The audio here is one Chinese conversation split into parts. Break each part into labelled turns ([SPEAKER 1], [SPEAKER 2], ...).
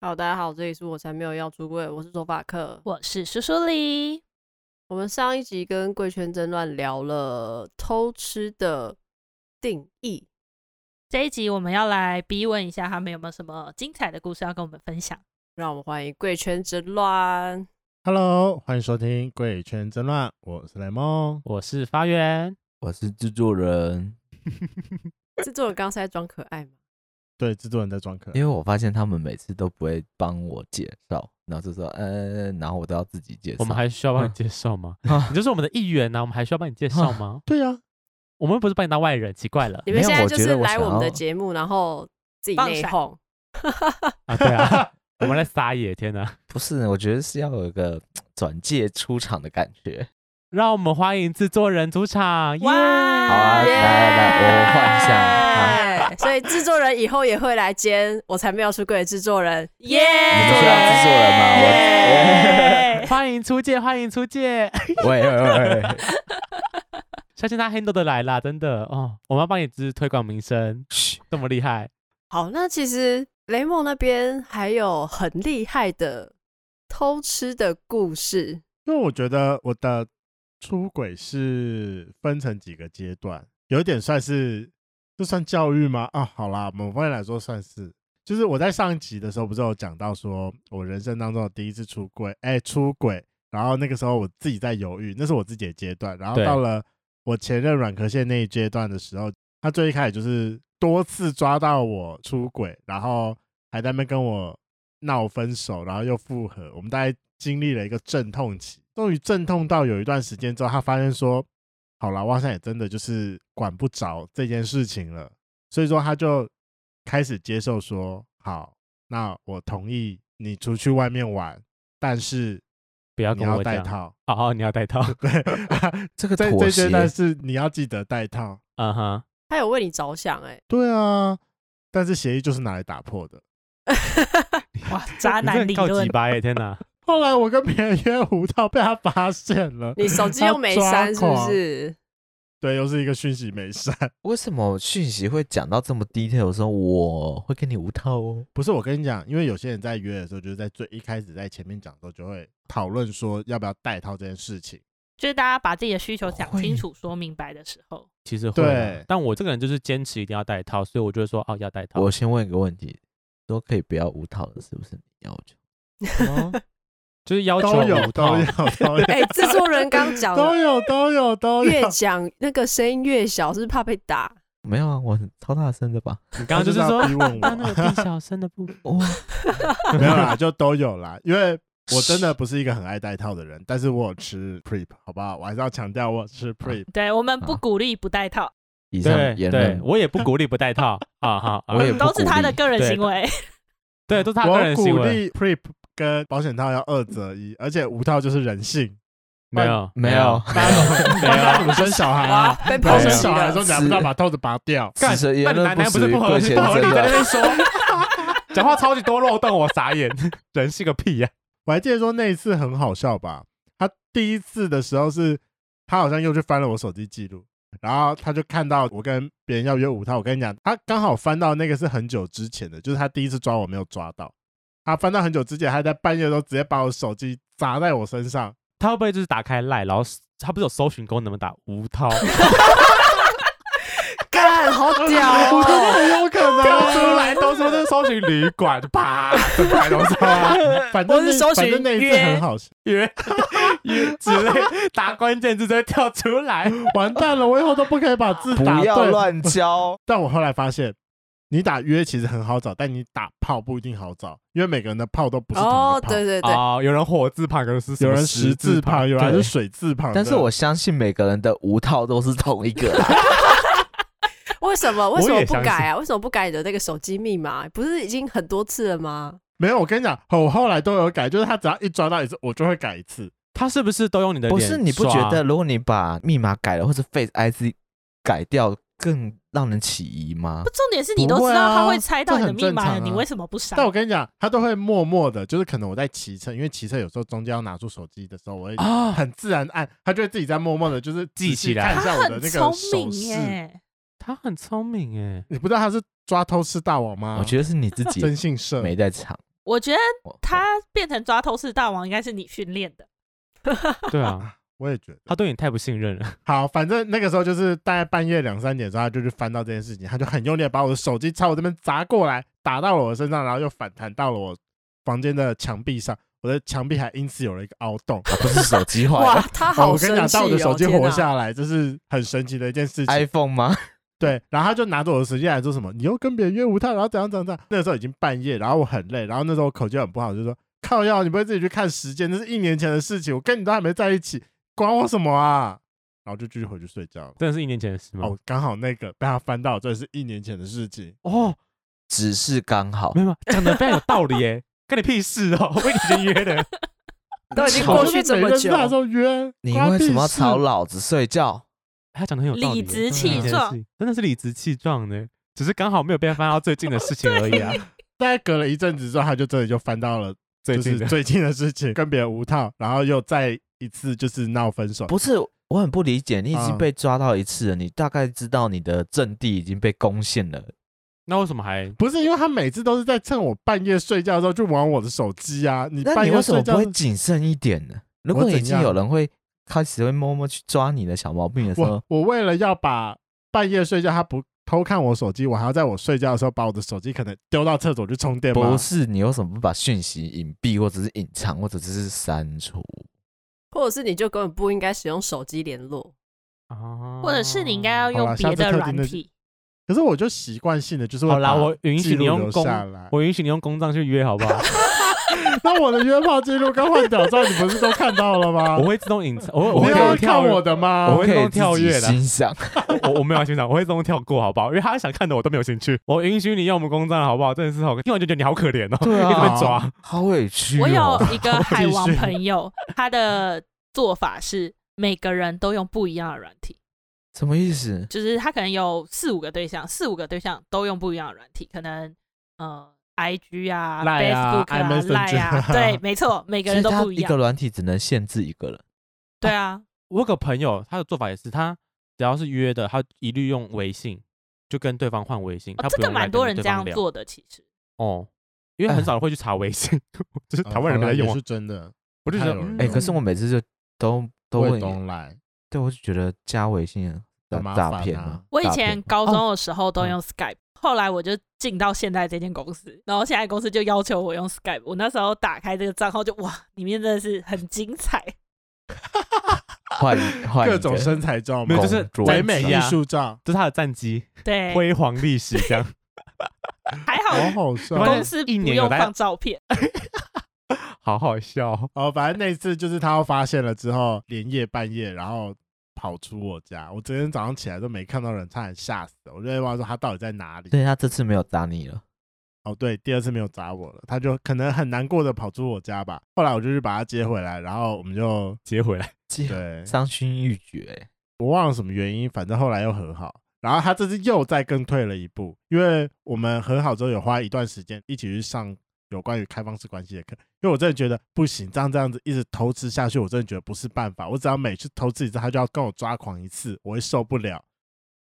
[SPEAKER 1] 好，大家好，这里是我才没有要出柜，我是索法克。
[SPEAKER 2] 我是苏苏里，
[SPEAKER 1] 我们上一集跟贵圈争乱聊了偷吃的定义，
[SPEAKER 2] 这一集我们要来逼问一下他们有没有什么精彩的故事要跟我们分 享。
[SPEAKER 1] 让我们欢迎贵圈争乱。
[SPEAKER 3] Hello，欢迎收听《贵圈争乱》，我是雷梦。
[SPEAKER 4] 我是发源，
[SPEAKER 3] 啊
[SPEAKER 5] 我是制作人，
[SPEAKER 1] 制作人刚才装可爱嘛？
[SPEAKER 3] 对，制作人在装可
[SPEAKER 5] 因为我发现他们每次都不会帮我介绍，然后就说，呃，然后我都要自己介绍。
[SPEAKER 4] 我们还需要帮你介绍 吗？你就是我们的一员呐、啊我们还需要帮你介绍
[SPEAKER 3] 啊
[SPEAKER 4] 吗？
[SPEAKER 3] 对呀、啊，
[SPEAKER 4] 我们又不是把你当外人，奇 怪了
[SPEAKER 1] 你们
[SPEAKER 5] 没有
[SPEAKER 1] 现在
[SPEAKER 5] 我
[SPEAKER 1] 就
[SPEAKER 5] 觉
[SPEAKER 1] 是
[SPEAKER 5] 得我
[SPEAKER 1] 来
[SPEAKER 5] 想
[SPEAKER 1] 我们的
[SPEAKER 5] 要
[SPEAKER 1] 节目，然后自己
[SPEAKER 2] 放
[SPEAKER 1] 内
[SPEAKER 2] 闪
[SPEAKER 1] 讧。
[SPEAKER 4] 啊！对啊， 我们在撒野，天呐！
[SPEAKER 5] 不是，我觉得是要有一个转介出场的 感觉。
[SPEAKER 4] 让我们欢迎制作人出场，耶！
[SPEAKER 2] 哇
[SPEAKER 5] 好啊，来来来，我换一下。好啊
[SPEAKER 1] 哎，所以制作人以后也会来兼我才没有出柜的制作人，耶、
[SPEAKER 5] 你们需要制作人吗？我
[SPEAKER 4] 欢迎出界，欢迎出界！
[SPEAKER 5] 喂喂喂，喂
[SPEAKER 4] 相信他 handle 的来啦，真的哦，我们要帮你只推广名声，这么厉害，
[SPEAKER 1] 好，那其实雷梦那边还有很厉害的偷吃的故事，
[SPEAKER 3] 因为我觉得我的出轨是分成几个阶段，有一点算是这算教育吗？啊，好啦，某方面来说算是。就是我在上一集的时候，不是有讲到说我人生当中的第一次出轨，哎、出轨，然后那个时候我自己在犹豫，那是我自己的阶段。然后
[SPEAKER 4] 对
[SPEAKER 3] 到了我前任软壳蟹那一阶段的时候，他最一开始就是多次抓到我出轨，然后还在那边跟我闹分手，然后又复合，我们大概经历了一个阵痛期，终于阵痛到有一段时间之后，他发现说，好了，我好像也真的就是管不着这件事情了，所以说他就开始接受说，好，那我同意你出去外面玩，但是
[SPEAKER 4] 不要
[SPEAKER 3] 你
[SPEAKER 4] 跟
[SPEAKER 3] 要
[SPEAKER 4] 我
[SPEAKER 3] 带
[SPEAKER 4] 讲，
[SPEAKER 3] 套，
[SPEAKER 4] 哦哦，你要 带套，
[SPEAKER 5] 这个
[SPEAKER 3] 在
[SPEAKER 5] 妥
[SPEAKER 3] 这阶
[SPEAKER 5] 协，
[SPEAKER 3] 段是你要记得带套，
[SPEAKER 4] 嗯哼，
[SPEAKER 1] 他有为你着想、哎。
[SPEAKER 3] 对啊，但是协议就是拿来打破的。
[SPEAKER 2] 哇，渣
[SPEAKER 4] 你这
[SPEAKER 2] 男理
[SPEAKER 4] 很告
[SPEAKER 2] 论
[SPEAKER 4] 几，巴耶，天 呐！
[SPEAKER 3] 后来我跟别人约胡到被他发现了，
[SPEAKER 1] 你 手机又没删，是不是？
[SPEAKER 3] 对，又是一个讯息没删。
[SPEAKER 5] 为什么讯息会讲到这么 detail 的时候，我会跟你无套哦？
[SPEAKER 3] 不是我跟你讲，因为有些人在约的时候，就是在最一开始在前面讲的时候，就会讨论说要不要带套这件事情。
[SPEAKER 2] 就是大家把自己的需求讲
[SPEAKER 5] 会
[SPEAKER 2] 清楚、说明白的时候，
[SPEAKER 4] 其实会啊
[SPEAKER 3] 对，
[SPEAKER 4] 但我这个人就是坚持一定要带套，所以我就会说哦要带套。
[SPEAKER 5] 我先问一个问题，说可以不要无套的，是不是你要求？
[SPEAKER 3] 哦
[SPEAKER 4] 就是要求
[SPEAKER 3] 都有
[SPEAKER 4] 无套
[SPEAKER 3] 都有 都 有
[SPEAKER 1] 哎、制作人刚讲
[SPEAKER 3] 都有都有都
[SPEAKER 1] 越
[SPEAKER 3] 有，
[SPEAKER 1] 讲那个声音越小，是不是怕被打？
[SPEAKER 5] 没有啊，我很超大声的吧？，
[SPEAKER 4] 你刚刚就是
[SPEAKER 3] 他
[SPEAKER 4] 说
[SPEAKER 3] 要逼 问
[SPEAKER 4] 刚刚那
[SPEAKER 3] 我，
[SPEAKER 4] 个变小声的部分
[SPEAKER 5] 哦哇，
[SPEAKER 3] 没有啦，就都有啦。因为我真 的不是一个很爱带套的人，但是我有吃 prep，好不好？我还是要强调我有吃 prep。
[SPEAKER 2] 对我们不
[SPEAKER 5] 啊
[SPEAKER 2] 鼓励不带套，
[SPEAKER 5] 以 上
[SPEAKER 4] 对
[SPEAKER 5] 言
[SPEAKER 4] 对
[SPEAKER 5] 论，，
[SPEAKER 4] 我也不鼓励不带套 啊哈，啊
[SPEAKER 5] 我也不
[SPEAKER 2] 都是他的
[SPEAKER 5] 鼓励
[SPEAKER 2] 个人
[SPEAKER 4] 对
[SPEAKER 2] 行 为。
[SPEAKER 4] 对，都是他个
[SPEAKER 3] 我
[SPEAKER 4] 人行
[SPEAKER 3] 鼓
[SPEAKER 4] 为，
[SPEAKER 3] 励 prep 跟保险套要二择一，而且无套就是人性。
[SPEAKER 4] 没有啊
[SPEAKER 5] 没有
[SPEAKER 3] 大家懂
[SPEAKER 4] 没
[SPEAKER 3] 大家怎
[SPEAKER 4] 有，
[SPEAKER 3] 么生小孩
[SPEAKER 1] 哇
[SPEAKER 3] 啊？，
[SPEAKER 1] 被
[SPEAKER 3] 然后
[SPEAKER 1] 抛
[SPEAKER 3] 生
[SPEAKER 5] 对
[SPEAKER 1] 弃
[SPEAKER 3] 小孩的时
[SPEAKER 1] 了。
[SPEAKER 3] 候，你还不知道把套子拔掉。
[SPEAKER 4] 干
[SPEAKER 5] 此，言
[SPEAKER 4] 那你
[SPEAKER 5] 论
[SPEAKER 4] 男男
[SPEAKER 5] 不
[SPEAKER 4] 不
[SPEAKER 5] 属
[SPEAKER 4] 是
[SPEAKER 5] 于
[SPEAKER 4] 不合
[SPEAKER 5] 贵
[SPEAKER 4] 理
[SPEAKER 5] 先
[SPEAKER 4] 不合
[SPEAKER 5] 生
[SPEAKER 4] 理在那
[SPEAKER 5] 的。
[SPEAKER 4] 边 说，讲话超级多漏洞，我傻眼， 人是个屁呀！
[SPEAKER 3] 我还记得说那一次很好笑吧？他第一次的时候是，他好像又去翻了我手机记录，然后他就看到我跟别人要约五套。我跟你讲，他刚好翻到那个是很久之前的，就是他第一次抓我没有抓到，他翻到很久之前，他在半夜的时候直接把我手机砸在我身 上。
[SPEAKER 4] 他会不会就是打开赖，然后他不是有搜寻功能吗？打无套，
[SPEAKER 1] 干，好 屌
[SPEAKER 3] 我觉得
[SPEAKER 1] 哦！
[SPEAKER 3] 很有可能
[SPEAKER 4] 跳
[SPEAKER 3] 啊
[SPEAKER 4] 出来都说是搜寻旅馆，啪，整排都是啊
[SPEAKER 3] 反正
[SPEAKER 1] 我是
[SPEAKER 3] 那
[SPEAKER 1] 搜寻
[SPEAKER 3] 反正那一次很好笑，
[SPEAKER 4] 约约之类， 打关键字就会跳出来。
[SPEAKER 3] 完蛋了，我以后都不可以把字
[SPEAKER 5] 不
[SPEAKER 3] 打
[SPEAKER 5] 要
[SPEAKER 3] 对。
[SPEAKER 5] 乱教，
[SPEAKER 3] 但我后来发现，你打约其实很好找，但你打炮不一定好找，因为每个人的炮都不是同一
[SPEAKER 1] 哦
[SPEAKER 3] 个，炮。
[SPEAKER 1] 对对
[SPEAKER 3] 啊
[SPEAKER 1] 对，
[SPEAKER 4] 哦，有人火字旁，有人是什
[SPEAKER 3] 有
[SPEAKER 4] 么
[SPEAKER 3] 人十字旁，有人
[SPEAKER 4] 对
[SPEAKER 3] 是水字啊旁的。
[SPEAKER 5] 但是我相信每个人的无套都是同一个 啦。
[SPEAKER 1] 为什么为什么
[SPEAKER 4] 我也
[SPEAKER 1] 不
[SPEAKER 4] 相信
[SPEAKER 1] 改啊？为什么不改你的那个手机密码？不是已经很多次了 吗？
[SPEAKER 3] 没有，我跟你讲，我后来都有改，就是他只要一抓到一次，我就会改一次。
[SPEAKER 4] 他是不是都用你的
[SPEAKER 5] 不
[SPEAKER 4] 脸？
[SPEAKER 5] 是你不觉得，？如果你把密码改了，或者 Face ID 改掉，更让人起疑吗
[SPEAKER 2] 不，？重点是你
[SPEAKER 3] 不
[SPEAKER 2] 都
[SPEAKER 3] 会
[SPEAKER 2] 知道
[SPEAKER 3] 啊
[SPEAKER 2] 他会猜到你的
[SPEAKER 3] 这很
[SPEAKER 2] 密
[SPEAKER 3] 正
[SPEAKER 2] 码了，
[SPEAKER 3] 常啊
[SPEAKER 2] 你为什么不删？
[SPEAKER 3] 但我跟你讲，他都会默默的，就是可能我在骑车，因为骑车有时候中间要拿出手机的时候，我会
[SPEAKER 2] 哦
[SPEAKER 4] 啊
[SPEAKER 3] 很自然按，他就会自己在默默的，就是
[SPEAKER 4] 记
[SPEAKER 3] 仔细
[SPEAKER 4] 起来
[SPEAKER 3] 看一下
[SPEAKER 2] 他
[SPEAKER 3] 我的
[SPEAKER 2] 很
[SPEAKER 3] 那
[SPEAKER 2] 聪
[SPEAKER 3] 个手
[SPEAKER 2] 明
[SPEAKER 3] 势。
[SPEAKER 2] 耶，
[SPEAKER 4] 他很聪明哎，
[SPEAKER 3] 你不知道他是抓偷吃大王吗？
[SPEAKER 5] 我觉得是你自己
[SPEAKER 3] 啊真姓社，
[SPEAKER 5] 没在场。哦啊
[SPEAKER 2] 我觉得
[SPEAKER 5] 我
[SPEAKER 2] 他变成抓偷吃大王，应该是你训练的。
[SPEAKER 3] 哦
[SPEAKER 4] 对啊，
[SPEAKER 3] 我也觉得。
[SPEAKER 4] 他对你太不信任了。
[SPEAKER 3] 好，反正那个时候就是大概半夜两三点的时候，他就去翻到这件事情，他就很用力的把我的手机朝我这边砸过来，打到了我身上，然后又反弹到了我房间的墙壁上，我的墙壁还因此有了一个凹洞。
[SPEAKER 5] 不是手机坏
[SPEAKER 1] 哇
[SPEAKER 5] 了，
[SPEAKER 1] 他
[SPEAKER 3] 哦
[SPEAKER 1] 好
[SPEAKER 3] 我跟
[SPEAKER 1] 生
[SPEAKER 3] 你讲，
[SPEAKER 1] 气
[SPEAKER 3] 到我的手
[SPEAKER 1] 哦！
[SPEAKER 3] 机
[SPEAKER 1] 天
[SPEAKER 3] 活
[SPEAKER 1] 哪
[SPEAKER 3] 下来，这是很神奇的一件事情。
[SPEAKER 5] ，iPhone 吗？
[SPEAKER 3] 对，然后他就拿着我的手机来说什么，你又跟别人约无套，然后怎样怎样怎样。那个时候已经半夜，然后我很累，然后那时候我口气很不好，就说靠药，你不会自己去看时间，那是一年前的事情，我跟你都还没在一起，管我什么啊？然后就继续回去睡觉了。
[SPEAKER 4] 真的是一年前的事吗？
[SPEAKER 3] 哦，刚好那个被他翻到，这是一年前的事情。
[SPEAKER 4] 哦，
[SPEAKER 5] 只是刚好
[SPEAKER 4] 没，有，没有讲的非常有道理耶，干你屁事哦！我已经约了，
[SPEAKER 1] 都已经过去这么久
[SPEAKER 3] 那时候约，
[SPEAKER 5] 你
[SPEAKER 3] 关
[SPEAKER 5] 为什么要
[SPEAKER 3] 屁事
[SPEAKER 5] 吵老子睡觉？
[SPEAKER 4] 他讲的很有道理耶，
[SPEAKER 2] 理直
[SPEAKER 4] 真的
[SPEAKER 5] 气
[SPEAKER 4] 是一件
[SPEAKER 2] 壮
[SPEAKER 4] 事，真的是理直气壮的，只是刚好没有被翻到最近的事情而已
[SPEAKER 2] 哦
[SPEAKER 4] 啊。
[SPEAKER 3] 大概隔了一阵子之后，他就真的就翻到了
[SPEAKER 4] 最
[SPEAKER 3] 就
[SPEAKER 4] 近
[SPEAKER 3] 是
[SPEAKER 4] 的
[SPEAKER 3] 最近的事情，跟别人无套，然后又再一次就是闹分手。
[SPEAKER 5] 不是，我很不理解，你已经
[SPEAKER 3] 嗯
[SPEAKER 5] 被抓到一次了，你大概知道你的阵地已经被攻陷了，
[SPEAKER 4] 那为什么还
[SPEAKER 3] 不是因为他每次都是在趁我半夜睡觉的时候就玩我的手机啊！你
[SPEAKER 5] 那
[SPEAKER 3] 半
[SPEAKER 5] 你
[SPEAKER 3] 夜
[SPEAKER 5] 为什
[SPEAKER 3] 睡
[SPEAKER 5] 么不
[SPEAKER 3] 觉
[SPEAKER 5] 会，谨慎一点呢？如
[SPEAKER 3] 我
[SPEAKER 5] 果已
[SPEAKER 3] 怎
[SPEAKER 5] 经
[SPEAKER 3] 样
[SPEAKER 5] 有人会开始会默默去抓你的小毛病的时候
[SPEAKER 3] 我，我为了要把半夜睡觉他不偷看我手机，我还要在我睡觉的时候把我的手机可能丢到厕所去充电吗
[SPEAKER 5] 不？是你为什么不把讯息隐蔽，或者是隐藏，或者是删除？
[SPEAKER 1] 或者是你就根本不应该使用手机联络，
[SPEAKER 4] 啊？
[SPEAKER 2] 或者是你应该要
[SPEAKER 3] 好啦
[SPEAKER 2] 用
[SPEAKER 3] 下
[SPEAKER 2] 别
[SPEAKER 3] 次特
[SPEAKER 2] 的
[SPEAKER 3] 定
[SPEAKER 2] 软
[SPEAKER 3] 的
[SPEAKER 2] 体，
[SPEAKER 3] 可是我就习惯性的就是会
[SPEAKER 4] 好啦
[SPEAKER 3] 把
[SPEAKER 4] 我允许
[SPEAKER 3] 记录
[SPEAKER 4] 你用
[SPEAKER 3] 留
[SPEAKER 4] 公
[SPEAKER 3] 下来。
[SPEAKER 4] 我允许你用公账去约好不好？
[SPEAKER 3] 那我的约炮记录跟换屌照你不是都看到了吗？
[SPEAKER 4] 我会自动隐藏，我
[SPEAKER 5] 我
[SPEAKER 4] 我
[SPEAKER 3] 你
[SPEAKER 4] 会
[SPEAKER 5] 会
[SPEAKER 4] 自动
[SPEAKER 3] 要
[SPEAKER 4] 跳
[SPEAKER 3] 看
[SPEAKER 4] 跃
[SPEAKER 3] 我的吗？
[SPEAKER 4] 我会
[SPEAKER 5] 可以
[SPEAKER 4] 自动
[SPEAKER 5] 自
[SPEAKER 4] 跳
[SPEAKER 5] 己
[SPEAKER 4] 跃的
[SPEAKER 5] 欣赏，
[SPEAKER 4] 我我没有欣赏，我会自动跳过，好不好？因为他想看的我都没有兴趣。我允许你用我们公账，好不好？真的是好，听完就觉得你好可怜哦，
[SPEAKER 5] 对
[SPEAKER 4] 一直
[SPEAKER 5] 啊
[SPEAKER 4] 被抓。
[SPEAKER 5] 好委屈
[SPEAKER 2] 我有
[SPEAKER 5] 哦。
[SPEAKER 2] 一个海王朋友，他的做法是每个人都用不一样的软体，
[SPEAKER 5] 什么意思？
[SPEAKER 2] 就是他可能有四五个对象，四五个对象都用不一样的软体，可能呃，IG 啊、
[SPEAKER 3] Line 啊
[SPEAKER 2] Facebook 啊、
[SPEAKER 3] iMessage
[SPEAKER 2] 赖啊，对，没错，每个
[SPEAKER 5] 所以
[SPEAKER 2] 人都
[SPEAKER 5] 它
[SPEAKER 2] 不一
[SPEAKER 5] 一个
[SPEAKER 2] 样，
[SPEAKER 5] 软体只能限制一个人。
[SPEAKER 2] 对啊，
[SPEAKER 4] 我有个朋友，他的做法也是，他只要是约的，他一律用微信，就跟对方换微信。
[SPEAKER 2] 哦
[SPEAKER 4] 他
[SPEAKER 2] 这
[SPEAKER 4] 不
[SPEAKER 2] 个
[SPEAKER 4] 用来
[SPEAKER 2] 蛮
[SPEAKER 4] 跟
[SPEAKER 2] 多人
[SPEAKER 4] 对
[SPEAKER 2] 这
[SPEAKER 4] 方
[SPEAKER 2] 样
[SPEAKER 4] 聊
[SPEAKER 2] 做的，其实
[SPEAKER 4] 哦，因 为很少人会去查微信， 就是
[SPEAKER 3] 嗯
[SPEAKER 4] 台湾人没在用
[SPEAKER 3] 好啦也
[SPEAKER 4] 啊
[SPEAKER 3] 是。真的。
[SPEAKER 4] 我就觉得
[SPEAKER 3] 太有人
[SPEAKER 4] 嗯
[SPEAKER 5] 哎、可是我每次就都都
[SPEAKER 3] 会
[SPEAKER 5] 问，
[SPEAKER 3] 东来
[SPEAKER 5] 对我就觉得加微信的
[SPEAKER 3] 很麻
[SPEAKER 5] 诈
[SPEAKER 3] 烦
[SPEAKER 5] 骗
[SPEAKER 3] 啊
[SPEAKER 5] 吗
[SPEAKER 2] 我以
[SPEAKER 5] 诈
[SPEAKER 2] 前
[SPEAKER 5] 骗
[SPEAKER 2] 高
[SPEAKER 5] 哦
[SPEAKER 2] 中的时候都用 Skype，、后来我就进到现在这间公司，然后现在公司就要求我用 Skype。我那时候打开这个账号就哇，里面真的是很精彩，
[SPEAKER 5] 换一换一
[SPEAKER 3] 各种
[SPEAKER 5] 个
[SPEAKER 3] 身材照
[SPEAKER 4] 没
[SPEAKER 3] 嘛
[SPEAKER 4] 有，就是
[SPEAKER 5] 工作
[SPEAKER 3] 唯
[SPEAKER 4] 唯
[SPEAKER 3] 美
[SPEAKER 4] 美
[SPEAKER 3] 艺
[SPEAKER 4] 艺术，
[SPEAKER 3] 术照，
[SPEAKER 4] 这是他的战绩，
[SPEAKER 2] 对，
[SPEAKER 4] 辉煌历史这样。
[SPEAKER 2] 还
[SPEAKER 3] 好
[SPEAKER 2] 好
[SPEAKER 3] 哦好笑
[SPEAKER 4] 我。
[SPEAKER 2] 公司不
[SPEAKER 4] 一年
[SPEAKER 2] 用
[SPEAKER 4] 有大概
[SPEAKER 2] 放照片，
[SPEAKER 4] 好好笑哦。
[SPEAKER 3] 哦，反正那一次就是他发现了之后，连夜半夜，然后跑出我家。我昨天早上起来都没看到人，差点吓死了。我就在问他说他到底在哪里。
[SPEAKER 5] 对他这次没有打你了，
[SPEAKER 3] 哦，对，第二次没有砸我了，他就可能很难过的跑出我家吧。后来我就去把他接回来，然后我们就
[SPEAKER 4] 接回来，
[SPEAKER 5] 这
[SPEAKER 3] 对，
[SPEAKER 5] 伤心欲绝、欸。
[SPEAKER 3] 我忘了什么原因，反正后来又和好。然后他这次又再更退了一步，因为我们和好之后有花一段时间一起去上有关于开放式关系的课，因为我真的觉得不行，这样这样子一直偷吃下去，我真的觉得不是办法。我只要每次偷吃一次，他就要跟我抓狂一次，我会受不了。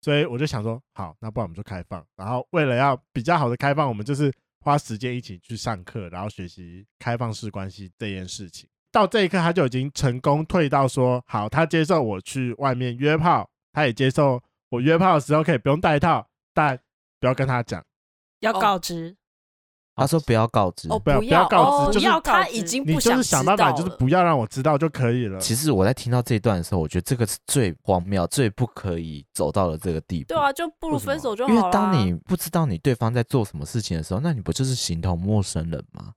[SPEAKER 3] 所以我就想说，好，那不然我们就开放。然后为了要比较好的开放，我们就是花时间一起去上课，然后学习开放式关系这件事情。到这一刻，他就已经成功退到说，好，他接受我去外面约炮，他也接受我约炮的时候可以不用戴套，但不要跟他讲。
[SPEAKER 2] 要
[SPEAKER 1] 哦
[SPEAKER 2] 告知。
[SPEAKER 5] 他说不要告知，
[SPEAKER 1] 哦，
[SPEAKER 3] 要
[SPEAKER 1] 不
[SPEAKER 3] 不要告
[SPEAKER 1] 哦
[SPEAKER 3] 知就是
[SPEAKER 1] 不要他
[SPEAKER 2] 告知
[SPEAKER 1] 已经
[SPEAKER 3] 你
[SPEAKER 1] 不
[SPEAKER 3] 就是
[SPEAKER 1] 知
[SPEAKER 3] 想
[SPEAKER 1] 道
[SPEAKER 3] 办法，就是
[SPEAKER 1] 了
[SPEAKER 3] 不要让我知道就可以了。
[SPEAKER 5] 其实我在听到这一段的时候，我觉得这个是最荒谬、最不可以走到的这个地步。
[SPEAKER 1] 对啊，就不如
[SPEAKER 3] 为什么
[SPEAKER 1] 分手就
[SPEAKER 5] 因
[SPEAKER 1] 好
[SPEAKER 5] 为
[SPEAKER 1] 了。
[SPEAKER 5] 当你不知道你对方在做什么事情的时候，那你不就是形同陌生人吗？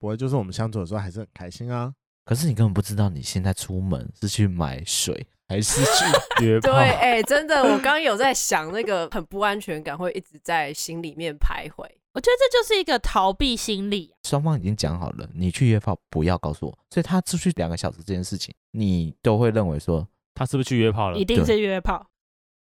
[SPEAKER 3] 不会，就是我们相处的时候还是很开心啊。
[SPEAKER 5] 可是你根本不知道你现在出门是去买水还是 去
[SPEAKER 4] 约炮
[SPEAKER 1] 对，哎、真的，我刚刚有在想那个很不安全感，会一直在心里面徘徊。
[SPEAKER 2] 我觉得这就是一个逃避心理、
[SPEAKER 5] 双方已经讲好了，你去约炮不要告诉我。所以他出去两个小时这件事情，你都会认为说，
[SPEAKER 4] 他是不是去约炮了
[SPEAKER 2] 一？定是约炮。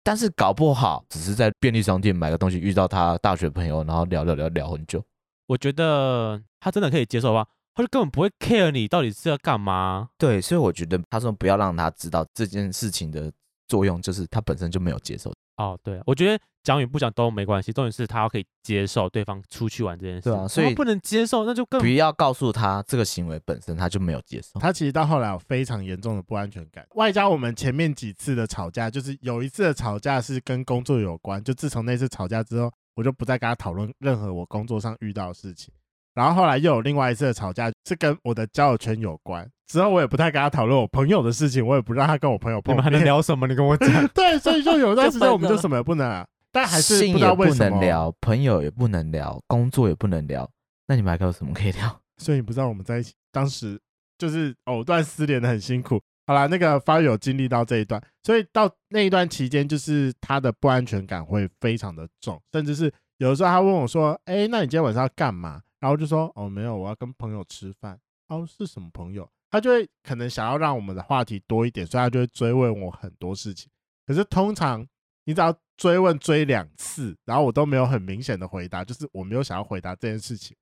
[SPEAKER 5] 但是搞不好只是在便利商店买个东西遇到他大学朋友，然后聊聊聊聊很久。
[SPEAKER 4] 我觉得他真的可以接受吧，他就根本不会 care 你到底是要干嘛。
[SPEAKER 5] 对，所以我觉得他说不要让他知道这件事情的作用，就是他本身就没有接受。
[SPEAKER 4] 哦，对，我觉得讲与不讲都没关系，重点是他要可以接受对方出去玩这件事。
[SPEAKER 5] 对啊
[SPEAKER 4] 如
[SPEAKER 5] 所
[SPEAKER 4] 果
[SPEAKER 5] 以
[SPEAKER 4] 不能接受，那就更
[SPEAKER 5] 不要告诉他这个行为本身他就没有接受。
[SPEAKER 3] 他其实到后来有非常严重的不安全感，外加我们前面几次的吵架，就是有一次的吵架是跟工作有关，就自从那次吵架之后，我就不再跟他讨论任何我工作上遇到的事情。然后后来又有另外一次的吵架，是跟我的交友圈有关。之后我也不太跟他讨论我朋友的事情，我也不让他跟我朋友
[SPEAKER 4] 你
[SPEAKER 3] 碰
[SPEAKER 4] 们还能
[SPEAKER 3] 面。
[SPEAKER 4] 聊什么？你跟我讲，
[SPEAKER 3] 对，所以就有一段时间
[SPEAKER 2] 就分
[SPEAKER 3] 我们就
[SPEAKER 2] 了
[SPEAKER 3] 什么也不能、啊，但还是
[SPEAKER 5] 性
[SPEAKER 3] 不知道
[SPEAKER 5] 也
[SPEAKER 3] 为
[SPEAKER 5] 不
[SPEAKER 3] 什么
[SPEAKER 5] 能。聊，朋友也不能聊，工作也不能聊，那你们还有什么可以聊？
[SPEAKER 3] 所以你不知道我们在一起当时就是藕断丝连的很辛苦。好啦，那个发友经历到这一段，所以到那一段期间，就是他的不安全感会非常的重，甚至是有的时候他问我说：“哎、那你今天晚上要干嘛？”然后我就说：“哦，没有，我要跟朋友吃饭。”哦，是什么朋友？他就会可能想要让我们的话题多一点，所以他就会追问我很多事情。可是通常你只要追问追两次，然后我都没有很明显的回答，就是我没有想要回答这件事情。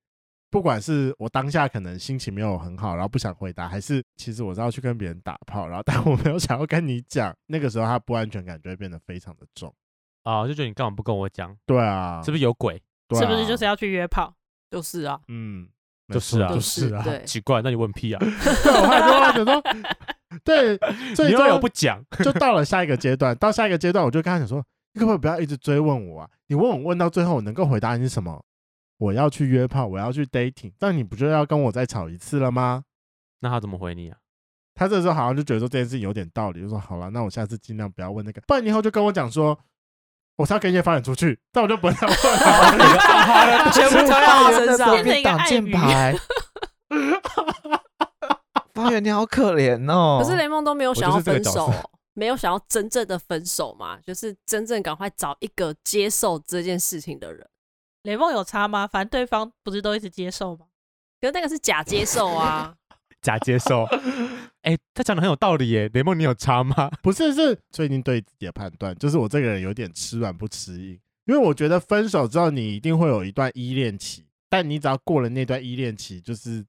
[SPEAKER 3] 不管是我当下可能心情没有很好，然后不想回答，还是其实我是要去跟别人打炮，然后 但我没有想要跟你讲，那个时候他不安全感就会变得非常的重。
[SPEAKER 4] 啊、就觉得你干嘛不跟我讲？
[SPEAKER 3] 对啊，
[SPEAKER 4] 是不是有鬼？
[SPEAKER 3] 对啊
[SPEAKER 2] 是不是就是要去约炮？
[SPEAKER 1] 就是啊，
[SPEAKER 3] 嗯，没
[SPEAKER 4] 就是
[SPEAKER 3] 错
[SPEAKER 4] 啊
[SPEAKER 3] 就是啊，
[SPEAKER 1] 对，
[SPEAKER 4] 奇怪，那你问 屁啊！
[SPEAKER 3] 对，我后来就后来想说，对，所以
[SPEAKER 4] 你
[SPEAKER 3] 就
[SPEAKER 4] 又有不讲，
[SPEAKER 3] 就到了下一个阶段，到下一个阶段，我就跟他讲说，你可不可以不要一直追问我啊？你问我问到最后，我能够回答你是什么？我要去约炮，我要去 dating，但你不就要跟我再吵一次了吗？
[SPEAKER 4] 那他怎么回你啊？
[SPEAKER 3] 他这时候好像就觉得说这件事情有点道理，就说好了，那我下次尽量不要问那个，不然你以后就跟我讲说我是要跟叶发展出去，但我就不会再问了。
[SPEAKER 1] 全部
[SPEAKER 5] 发
[SPEAKER 1] 在他
[SPEAKER 5] 源
[SPEAKER 1] 身
[SPEAKER 5] 的
[SPEAKER 1] 上
[SPEAKER 5] 手
[SPEAKER 2] 变成
[SPEAKER 5] 臂
[SPEAKER 2] 一个
[SPEAKER 5] 挡
[SPEAKER 2] 暗
[SPEAKER 5] 箭
[SPEAKER 2] 语
[SPEAKER 5] 牌。 发源，你好可怜哦。
[SPEAKER 1] 可是雷梦都没有想要分手
[SPEAKER 4] 我就
[SPEAKER 1] 哦、没有想要真正的分手嘛，就是真正赶快找一个接受这件事情的人。
[SPEAKER 2] 雷梦有差吗？反正对方不是都一直接受吗？
[SPEAKER 1] 可是那个是假接受 啊，
[SPEAKER 4] 假接 受。哎、他讲的很有道理耶，雷梦，你有差吗？
[SPEAKER 3] 不是，是最近对自己的判断，就是我这个人有点吃软不吃硬，因为我觉得分手之后你一定会有一段依恋期，但你只要过了那段依恋期，就是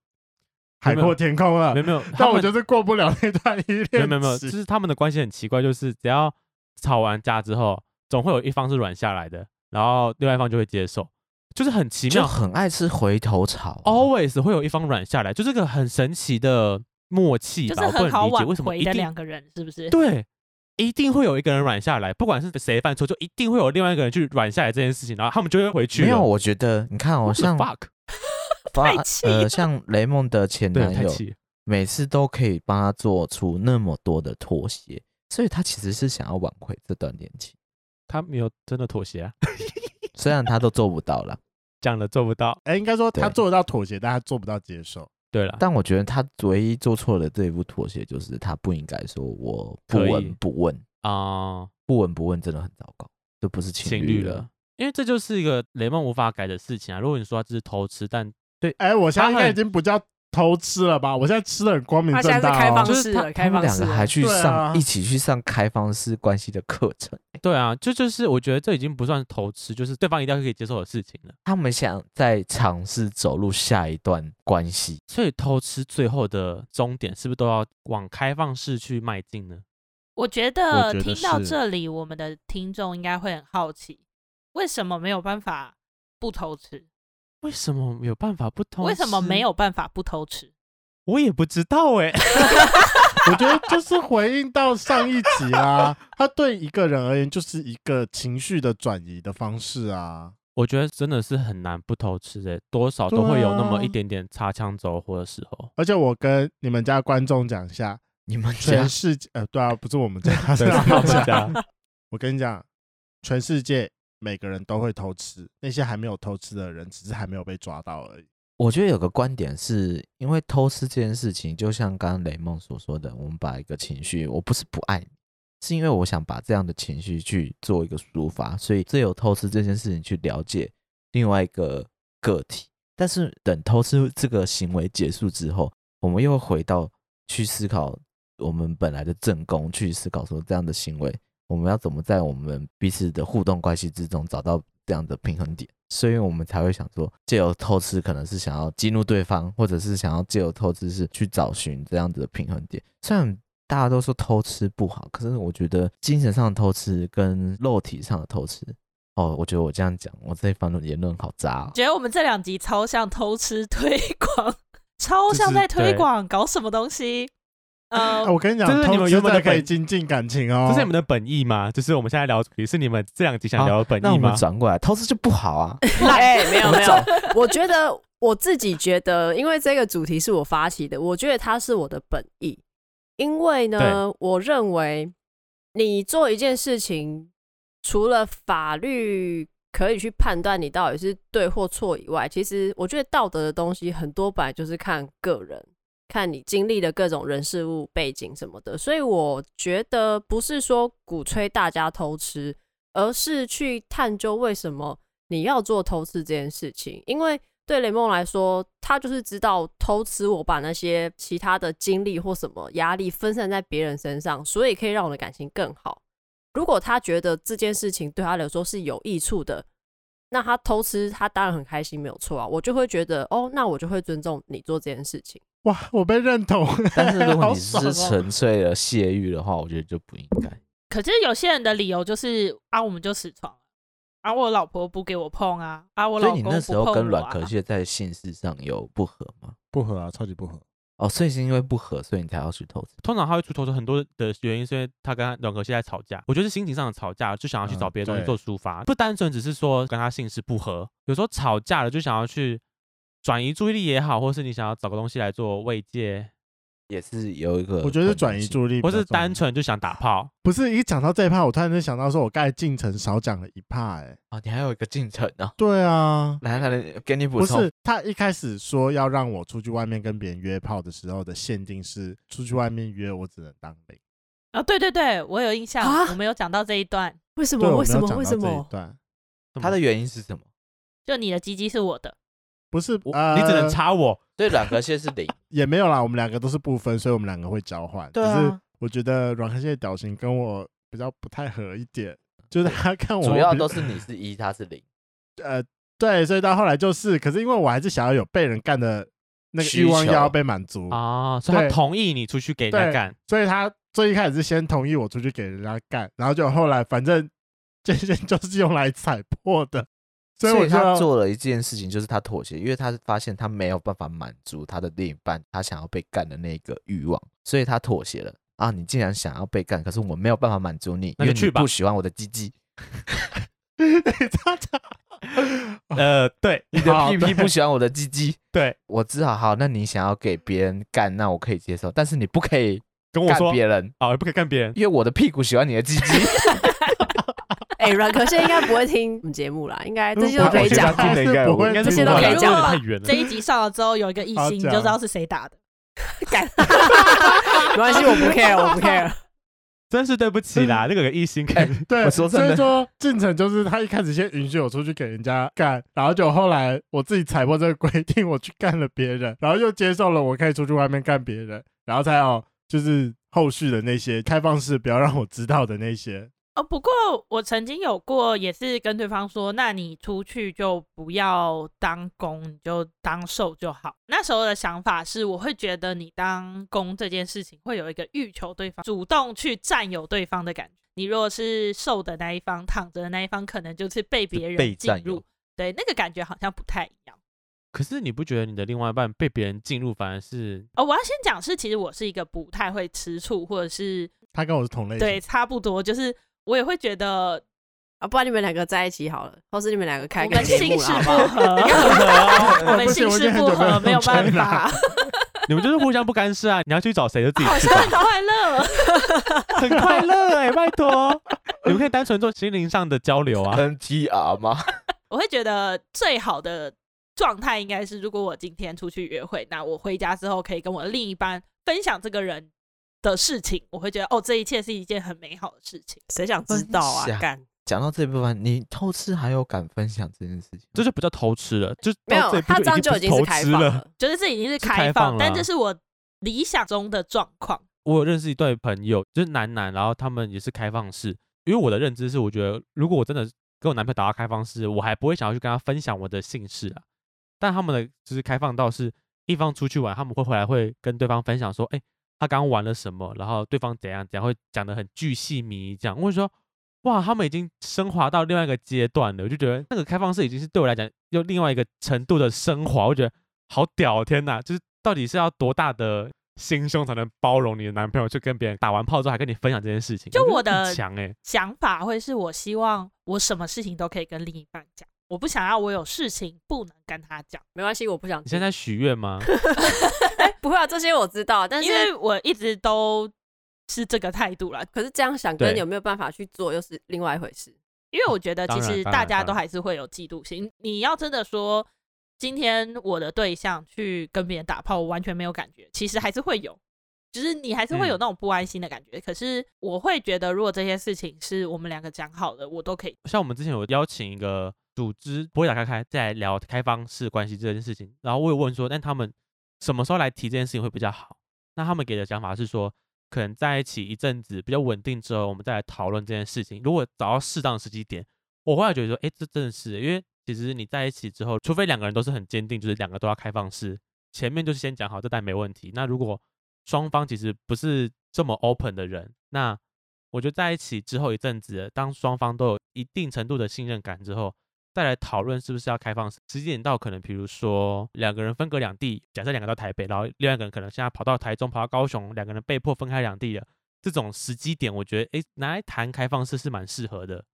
[SPEAKER 3] 海阔天空了
[SPEAKER 4] 没。有 没有，
[SPEAKER 3] 但
[SPEAKER 4] 他
[SPEAKER 3] 我
[SPEAKER 4] 们
[SPEAKER 3] 就是过不了那段依
[SPEAKER 4] 没
[SPEAKER 3] 恋
[SPEAKER 4] 有
[SPEAKER 3] 期。
[SPEAKER 4] 没有没有，就是他们的关系很奇怪，就是只要吵完架之后，总会有一方是软下来的，然后另外一方就会接受，就是很奇
[SPEAKER 5] 就
[SPEAKER 4] 妙
[SPEAKER 5] 很爱吃回头草啊、
[SPEAKER 4] ，always 会有一方软下来，就这个很神奇的默契
[SPEAKER 2] 就
[SPEAKER 4] 吧，
[SPEAKER 2] 是
[SPEAKER 4] 我不
[SPEAKER 2] 很好
[SPEAKER 4] 能理解
[SPEAKER 2] 挽
[SPEAKER 4] 为什么
[SPEAKER 2] 回
[SPEAKER 4] 一
[SPEAKER 2] 的
[SPEAKER 4] 定
[SPEAKER 2] 两个人，是不是？
[SPEAKER 4] 对，一定会有一个人软下来，不管是谁犯错，就一定会有另外一个人去软下来这件事情，然后他们就会回去了。
[SPEAKER 5] 没有，我觉得你看哦，
[SPEAKER 4] What the
[SPEAKER 5] 像
[SPEAKER 4] fuck，
[SPEAKER 5] 发
[SPEAKER 2] 太气了
[SPEAKER 5] 呃，像雷蒙的前
[SPEAKER 4] 对，
[SPEAKER 5] 男
[SPEAKER 4] 太
[SPEAKER 5] 友，
[SPEAKER 4] 气了，
[SPEAKER 5] 每次都可以帮他做出那么多的妥协，所以他其实是想要挽回这段恋情，
[SPEAKER 4] 他没有真的妥协啊，
[SPEAKER 5] 虽然他都做不到了，
[SPEAKER 4] 讲了做不到。
[SPEAKER 3] 哎，应该说他
[SPEAKER 5] 对
[SPEAKER 3] 做得到妥协，但他做不到接受。
[SPEAKER 4] 对了，
[SPEAKER 5] 但我觉得他唯一做错的这一步妥协就是他不应该说我不
[SPEAKER 4] 可以
[SPEAKER 5] 闻不问，
[SPEAKER 4] 啊、
[SPEAKER 5] 不闻不问真的很糟糕，就不是情
[SPEAKER 4] 情侣
[SPEAKER 5] 侣了。
[SPEAKER 4] 了，因为这就是一个雷梦无法改的事情啊。如果你说他这是偷吃，但
[SPEAKER 3] 哎，我现在应
[SPEAKER 4] 他
[SPEAKER 3] 该
[SPEAKER 4] 很
[SPEAKER 3] 已经不叫偷吃了吧？我现在吃的很光明
[SPEAKER 1] 他现
[SPEAKER 3] 正
[SPEAKER 1] 在
[SPEAKER 3] 大
[SPEAKER 1] 是开
[SPEAKER 3] 哦
[SPEAKER 1] 放。
[SPEAKER 5] 就是
[SPEAKER 1] 式
[SPEAKER 5] 他
[SPEAKER 1] 的，
[SPEAKER 5] 他
[SPEAKER 1] 开
[SPEAKER 5] 们
[SPEAKER 1] 放
[SPEAKER 5] 两
[SPEAKER 1] 式
[SPEAKER 5] 个
[SPEAKER 1] 的
[SPEAKER 5] 还去
[SPEAKER 3] 对啊
[SPEAKER 5] 上、一起去上开放式关系的课程，
[SPEAKER 4] 对啊，这就是我觉得这已经不算偷吃，就是对方一定要可以接受的事情了。
[SPEAKER 5] 他们想再尝试走入下一段关系，
[SPEAKER 4] 所以偷吃最后的终点是不是都要往开放式去迈进呢？
[SPEAKER 2] 我觉得
[SPEAKER 3] 我觉得
[SPEAKER 2] 听到
[SPEAKER 3] 是
[SPEAKER 2] 这里，我们的听众应该会很好奇，为什么没有办法不偷吃？
[SPEAKER 4] 为什么没有办法不偷？
[SPEAKER 2] 为什么没？有办法不偷吃？
[SPEAKER 4] 我也不知道哎、
[SPEAKER 3] 我觉得就是回应到上一集啦，他对一个人而言就是一个情绪的转移的方式啊。
[SPEAKER 4] 我觉得真的是很难不偷吃的，多少都
[SPEAKER 3] 对
[SPEAKER 4] 会有那
[SPEAKER 3] 啊
[SPEAKER 4] 么一点点擦枪走火的时候。
[SPEAKER 3] 而且我跟你们家观众讲一下，
[SPEAKER 5] 你们家
[SPEAKER 3] 全世界呃，对啊，不是我们家， 是
[SPEAKER 4] 对，
[SPEAKER 3] 他
[SPEAKER 4] 我
[SPEAKER 3] 们家。
[SPEAKER 4] 家
[SPEAKER 3] 我跟你讲，全世界每个人都会偷吃，那些还没有偷吃的人，只是还没有被抓到而已。
[SPEAKER 5] 我觉得有个观点是，因为偷吃这件事情，就像刚刚雷梦所说的，我们把一个情绪，我不是不爱你，是因为我想把这样的情绪去做一个抒发，所以借由偷吃这件事情去了解另外一个个体。但是等偷吃这个行为结束之后，我们又回到去思考我们本来的正宫，去思考说这样的行为，我们要怎么在我们彼此的互动关系之中找到这样的平衡点。所以我们才会想说，借由偷吃可能是想要激怒对方，或者是想要借由偷吃是去找寻这样子的平衡点。虽然大家都说偷吃不好，可是我觉得精神上的偷吃跟肉体上的偷吃，哦，我觉得我这样讲，我这一方的言论好渣、哦。
[SPEAKER 2] 觉得我们这两集超像偷吃推广， 超像
[SPEAKER 4] 就是
[SPEAKER 2] 在推
[SPEAKER 4] 对
[SPEAKER 2] 广搞什么东 西。呃，
[SPEAKER 3] 啊我跟你讲
[SPEAKER 4] 这，是你
[SPEAKER 3] 偷
[SPEAKER 4] 们
[SPEAKER 3] 吃
[SPEAKER 4] 原
[SPEAKER 3] 真
[SPEAKER 4] 本
[SPEAKER 3] 的
[SPEAKER 4] 的
[SPEAKER 3] 可以
[SPEAKER 4] 本
[SPEAKER 3] 精进感情哦。啊
[SPEAKER 4] 这是你们的本意吗？就是我们现在聊的主题是你们这两集想聊的本
[SPEAKER 5] 那
[SPEAKER 4] 意
[SPEAKER 5] 我
[SPEAKER 4] 吗
[SPEAKER 5] 们？转过来，偷吃就不好 啊。
[SPEAKER 1] 哎、没有
[SPEAKER 5] 我
[SPEAKER 1] 没
[SPEAKER 5] 们
[SPEAKER 1] 有
[SPEAKER 5] 走，
[SPEAKER 1] 我觉得我自己觉得，因为这个主题是我发起的，我觉得它是我的本意。因为呢，我认为你做一件事情，除了法律可以去判断你到底是对或错以外，其实我觉得道德的东西很多本来就是看个人。看你经历的各种人事物背景什么的，所以我觉得不是说鼓吹大家偷吃，而是去探究为什么你要做偷吃这件事情，因为对雷梦来说，他就是知道偷吃我把那些其他的精力或什么压力分散在别人身上，所以可以让我的感情更好。如果他觉得这件事情对他来说是有益处的，那他偷吃他当然很开心，没有错啊。我就会觉得哦，那我就会尊重你做这件事情。
[SPEAKER 3] 哇，我被认同。
[SPEAKER 5] 但是如果
[SPEAKER 3] 好
[SPEAKER 5] 你
[SPEAKER 3] 爽
[SPEAKER 5] 是
[SPEAKER 3] 哦
[SPEAKER 5] 纯粹的泄欲的话，我觉得就不应该。
[SPEAKER 2] 可是有些人的理由就是啊，我们就死床了，啊，我老婆不给我碰啊，啊，我
[SPEAKER 5] 所
[SPEAKER 2] 老
[SPEAKER 5] 以你
[SPEAKER 2] 公不碰我、啊。
[SPEAKER 5] 那时候跟阮可蟹在性事上有不合吗？
[SPEAKER 6] 不合啊，超级不合。
[SPEAKER 5] 哦，所以是因为不合，所以你才要去偷吃。
[SPEAKER 4] 通常他会出头是很多的原因，是因为他跟他两个现在吵架，我觉得是心情上的吵架，就想要去找
[SPEAKER 3] 嗯
[SPEAKER 4] 别的东西
[SPEAKER 3] 对
[SPEAKER 4] 做抒发，不单纯只是说跟他性事不合，有时候吵架了就想要去转移注意力也好，或是你想要找个东西来做慰藉，
[SPEAKER 5] 也是有一个，
[SPEAKER 3] 我觉得是转移
[SPEAKER 5] 力。
[SPEAKER 3] 注意力比较
[SPEAKER 4] 或
[SPEAKER 3] 重要，
[SPEAKER 4] 是单纯就想打炮。
[SPEAKER 3] 不是一讲到这一趴，我突然就想到说，我刚才进程少讲了一趴，哎，
[SPEAKER 5] 哦，你还有一个进程哦。
[SPEAKER 3] 对啊，
[SPEAKER 5] 来来来，给你补
[SPEAKER 3] 不
[SPEAKER 5] 充。
[SPEAKER 3] 是他一开始说要让我出去外面跟别人约炮的时候的限定是，出去外面约我只能当零。
[SPEAKER 2] 啊，对对对，我有印象，
[SPEAKER 1] 啊
[SPEAKER 2] 我们有讲到这一段，
[SPEAKER 1] 为什
[SPEAKER 3] 对，啊
[SPEAKER 1] 么？
[SPEAKER 3] 我
[SPEAKER 1] 为
[SPEAKER 3] 没
[SPEAKER 1] 什
[SPEAKER 3] 有
[SPEAKER 1] 么？
[SPEAKER 3] 讲
[SPEAKER 1] 为
[SPEAKER 3] 到
[SPEAKER 1] 什
[SPEAKER 3] 这一
[SPEAKER 1] 么？
[SPEAKER 3] 段
[SPEAKER 5] 他的原因是什么？
[SPEAKER 2] 就你的鸡鸡是我的，
[SPEAKER 3] 不是，
[SPEAKER 4] 我
[SPEAKER 3] 呃
[SPEAKER 4] 你只能插我，
[SPEAKER 5] 所以软壳蟹是零。
[SPEAKER 3] 也没有啦，我们两个都是不分，所以我们两个会交换。
[SPEAKER 5] 对
[SPEAKER 3] 只是
[SPEAKER 5] 啊，
[SPEAKER 3] 我觉得阮克蟹的表情跟我比较不太合一点，就是他看我
[SPEAKER 5] 主要
[SPEAKER 3] 比
[SPEAKER 5] 都是你是一，他是零，
[SPEAKER 3] 呃对，所以到后来就是，可是因为我还是想要有被人干的那个
[SPEAKER 5] 需
[SPEAKER 3] 欲望
[SPEAKER 5] 求
[SPEAKER 3] 要被满足，
[SPEAKER 4] 啊，所以他
[SPEAKER 3] 对
[SPEAKER 4] 同意你出去给人家
[SPEAKER 3] 对
[SPEAKER 4] 干，
[SPEAKER 3] 所以他最一开始是先同意我出去给人家干，然后就后来反正这些就是用来踩破的，所以我
[SPEAKER 5] 所以
[SPEAKER 3] 就要
[SPEAKER 5] 他做了一件事情，就是他妥协，因为他发现他没有办法满足他的另一半他想要被干的那个欲望，所以他妥协了。啊，你既然想要被干，可是我没有办法满足你，
[SPEAKER 4] 那
[SPEAKER 5] 因
[SPEAKER 4] 就
[SPEAKER 5] 为
[SPEAKER 4] 去
[SPEAKER 5] 你
[SPEAKER 4] 吧
[SPEAKER 5] 不喜欢我的 鸡鸡，
[SPEAKER 3] 他他
[SPEAKER 4] 呃， 对，
[SPEAKER 5] 你的屁屁不喜欢我的鸡鸡，
[SPEAKER 4] 对，
[SPEAKER 5] 我只好好，那你想要给别人干，那我可以接受，但是你不可以
[SPEAKER 4] 跟我
[SPEAKER 5] 干
[SPEAKER 4] 说
[SPEAKER 5] 别人，
[SPEAKER 4] 啊，也不可以干别人，
[SPEAKER 5] 因为我的屁股喜欢你的鸡 鸡。
[SPEAKER 1] 哎，阮可现在应该不会听我们节目啦，应该这些都
[SPEAKER 3] 我
[SPEAKER 1] 可以
[SPEAKER 5] 觉得
[SPEAKER 1] 讲
[SPEAKER 5] 他。听了应该
[SPEAKER 3] 不会
[SPEAKER 4] 应该是
[SPEAKER 1] 这些
[SPEAKER 4] 不
[SPEAKER 1] 都
[SPEAKER 4] 会
[SPEAKER 1] 可以
[SPEAKER 4] 啦
[SPEAKER 1] 讲
[SPEAKER 4] 因 为太远
[SPEAKER 2] 这
[SPEAKER 4] 了。
[SPEAKER 2] 一集上了之后有一个异
[SPEAKER 3] 好
[SPEAKER 2] 心，你就
[SPEAKER 3] 讲
[SPEAKER 2] 知道是谁打的。
[SPEAKER 1] 没关系，我不 care，我不 care。
[SPEAKER 4] 真是对不起啦，那个一心可 以
[SPEAKER 3] 对，
[SPEAKER 5] 我说真
[SPEAKER 3] 所以
[SPEAKER 5] 的
[SPEAKER 3] 说进程就是他一开始先允许我出去给人家干，然后就后来我自己踩破这个规定，我去干了别人，然后又接受了我可以出去外面干别人，然后才有就是后续的那些开放式不要让我知道的那些，
[SPEAKER 2] 哦，不过我曾经有过，也是跟对方说，那你出去就不要当公，你就当受就好。那时候的想法是，我会觉得你当公这件事情会有一个欲求对方，主动去占有对方的感觉。你如果是受的那一方，躺着的那一方，可能就是被别
[SPEAKER 5] 被
[SPEAKER 2] 人进
[SPEAKER 5] 占有
[SPEAKER 2] 入，对，那个感觉好像不太一样。
[SPEAKER 4] 可是你不觉得你的另外一半被别人进入，反而是
[SPEAKER 2] 哦，我要先讲是，其实我是一个不太会吃醋，或者是
[SPEAKER 3] 他跟我是同类型，
[SPEAKER 2] 对，差不多，就是我也会觉得
[SPEAKER 1] 啊，不然你们两个在一起好了，或是你们两个开
[SPEAKER 2] 我
[SPEAKER 1] 个
[SPEAKER 2] 们
[SPEAKER 1] 节
[SPEAKER 2] 心
[SPEAKER 1] 目
[SPEAKER 2] 事
[SPEAKER 1] 啦
[SPEAKER 2] 不
[SPEAKER 1] 好不好？
[SPEAKER 2] 合，我们心事呃不合，没有办法，
[SPEAKER 4] 你们就是互相不干涉啊？你要去找谁就自己
[SPEAKER 2] 好
[SPEAKER 4] 去
[SPEAKER 2] 像很
[SPEAKER 4] 吧，
[SPEAKER 2] 快乐。
[SPEAKER 4] 很快乐哎、拜托，你们可以单纯做心灵上的交流啊。
[SPEAKER 5] NTR 吗？
[SPEAKER 2] 我会觉得最好的状态应该是，如果我今天出去约会，那我回家之后可以跟我另一半分享这个人的事情，我会觉得哦，这一切是一件很美好的事情。
[SPEAKER 1] 谁想
[SPEAKER 4] 哎
[SPEAKER 1] 知道啊
[SPEAKER 5] 分？享
[SPEAKER 1] 干，
[SPEAKER 5] 讲到这部分，你偷吃还有敢分享这件事情？
[SPEAKER 4] 这就不叫偷吃了，就
[SPEAKER 1] 没
[SPEAKER 4] 到这
[SPEAKER 1] 有，
[SPEAKER 4] 一步
[SPEAKER 1] 他这样就
[SPEAKER 4] 哦不
[SPEAKER 1] 已经是
[SPEAKER 4] 偷
[SPEAKER 1] 开
[SPEAKER 4] 吃
[SPEAKER 1] 放
[SPEAKER 4] 了。
[SPEAKER 1] 了。
[SPEAKER 2] 就是这已经是
[SPEAKER 4] 是开放了
[SPEAKER 2] 但这是我理想中的状况。
[SPEAKER 4] 我有认识一对朋友，就是男男，然后他们也是开放式。因为我的认知是，我觉得如果我真的跟我男朋友打到开放式，我还不会想要去跟他分享我的姓氏啊。但他们的就是开放到是一方出去玩，他们会回来会跟对方分享说，哎，他刚刚玩了什么，然后对方怎样怎样，会讲的很巨细靡遗这样。我就说，哇，他们已经升华到另外一个阶段了，我就觉得那个开放式已经是对我来讲又另外一个程度的升华，我觉得好屌，哦天哪！就是到底是要多大的心胸才能包容你的男朋友去跟别人打完炮之后还跟你分享这件事情？
[SPEAKER 2] 就
[SPEAKER 4] 我
[SPEAKER 2] 我
[SPEAKER 4] 觉得很
[SPEAKER 2] 的
[SPEAKER 4] 强哎、欸，
[SPEAKER 2] 想法会是我希望我什么事情都可以跟另一半讲，我不想要我有事情不能跟他讲，
[SPEAKER 1] 没关系，我不想
[SPEAKER 4] 你
[SPEAKER 1] 听。
[SPEAKER 4] 现在许愿吗？
[SPEAKER 1] 不会啊，这些我知道，但
[SPEAKER 2] 因
[SPEAKER 1] 是
[SPEAKER 2] 为我一直都是这个态度啦。
[SPEAKER 1] 可是这样想跟
[SPEAKER 4] 对
[SPEAKER 1] 有没有办法去做又是另外一回事。
[SPEAKER 2] 因为我觉得
[SPEAKER 4] 当
[SPEAKER 2] 其
[SPEAKER 4] 然
[SPEAKER 2] 实
[SPEAKER 4] 当
[SPEAKER 2] 大
[SPEAKER 4] 然
[SPEAKER 2] 家
[SPEAKER 4] 当
[SPEAKER 2] 都
[SPEAKER 4] 然
[SPEAKER 2] 还是会有嫉妒心。你要真的说今天我的对象去跟别人打炮，我完全没有感觉，其实还是会有，就是你还是会有
[SPEAKER 4] 嗯
[SPEAKER 2] 那种不安心的感觉。可是我会觉得，如果这些事情是我们两个讲好的，我都可以。
[SPEAKER 4] 像我们之前有邀请一个组织不会打开开在聊开放式关系这件事情，然后我有问说，但他们什么时候来提这件事情会比较好？那他们给的想法是说，可能在一起一阵子比较稳定之后，我们再来讨论这件事情。如果找到适当的时机点，我后来觉得说，哎，这真的是，因为其实你在一起之后，除非两个人都是很坚定，就是两个都要开放式，前面就是先讲好，这但没问题。那如果双方其实不是这么 open 的人，那我觉得在一起之后一阵子，当双方都有一定程度的信任感之后，再来讨论是不是要开放。时间点到，可能比如说两个人分隔两地，假设两个到台北，然后另外一个人可能现在跑到台中、跑到高雄，两个人被迫分开两地了。这种时机点，我觉得诶拿来谈开放式是蛮适合的。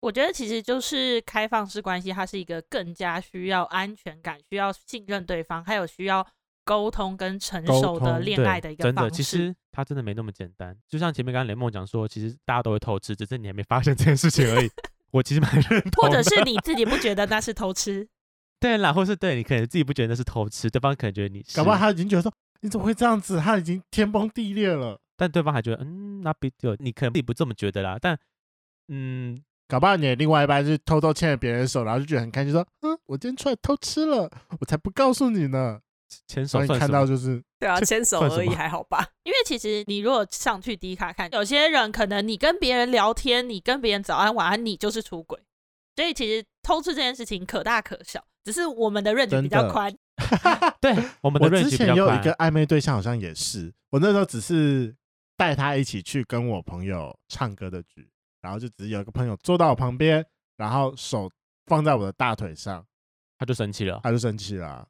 [SPEAKER 2] 我觉得其实就是开放式关系，它是一个更加需要安全感、需要信任对方，还有需要沟通跟成
[SPEAKER 3] 沟
[SPEAKER 2] 熟的
[SPEAKER 3] 通
[SPEAKER 2] 恋
[SPEAKER 4] 对
[SPEAKER 2] 爱的一个
[SPEAKER 4] 真
[SPEAKER 2] 方
[SPEAKER 4] 的，
[SPEAKER 2] 式。
[SPEAKER 4] 其实它真的没那么简单。就像前面刚刚雷梦讲说，其实大家都会偷吃，只是你还没发现这件事情而已。 我其实蛮认同
[SPEAKER 2] 或
[SPEAKER 4] 的，
[SPEAKER 2] 者是你自己不觉得那是偷吃，
[SPEAKER 4] 对啦，或是对你可能自己不觉得那是偷吃，对方可能觉得你是，
[SPEAKER 3] 搞不好他已经觉得说你怎么会这样子，他已经天崩地裂了。
[SPEAKER 4] 但对方还觉得嗯那 big deal，你可能自己不这么觉得啦，但嗯，
[SPEAKER 3] 搞不好你的另外一半是偷偷牵着别人的手，然后就觉得很开心，说：“嗯，我今天出来偷吃了，我才不告诉你呢。
[SPEAKER 4] 牵”手
[SPEAKER 3] 所以
[SPEAKER 4] 算
[SPEAKER 3] 看
[SPEAKER 4] 什
[SPEAKER 3] 到
[SPEAKER 4] 么？
[SPEAKER 3] 就是
[SPEAKER 1] 对啊，
[SPEAKER 4] 这
[SPEAKER 1] 牵手
[SPEAKER 4] 算什
[SPEAKER 1] 而已，
[SPEAKER 4] 么
[SPEAKER 1] 还好吧。
[SPEAKER 2] 因为其实你如果上去低卡看，有些人可能你跟别人聊天，你跟别人早安晚安，你就是出轨。所以其实偷吃这件事情可大可小，只是我们的认知比
[SPEAKER 3] 真
[SPEAKER 2] 较
[SPEAKER 3] 的
[SPEAKER 2] 宽。
[SPEAKER 4] 对，我们
[SPEAKER 3] 我
[SPEAKER 4] 的
[SPEAKER 3] 之
[SPEAKER 4] range 比
[SPEAKER 3] 前
[SPEAKER 4] 较
[SPEAKER 3] 有一
[SPEAKER 4] 宽
[SPEAKER 3] 个暧昧对象，好像也是，我那时候只是带他一起去跟我朋友唱歌的局，然后就只有一个朋友坐到我旁边，然后手放在我的大腿上，
[SPEAKER 4] 他就生气了
[SPEAKER 3] 他就生气了 啊、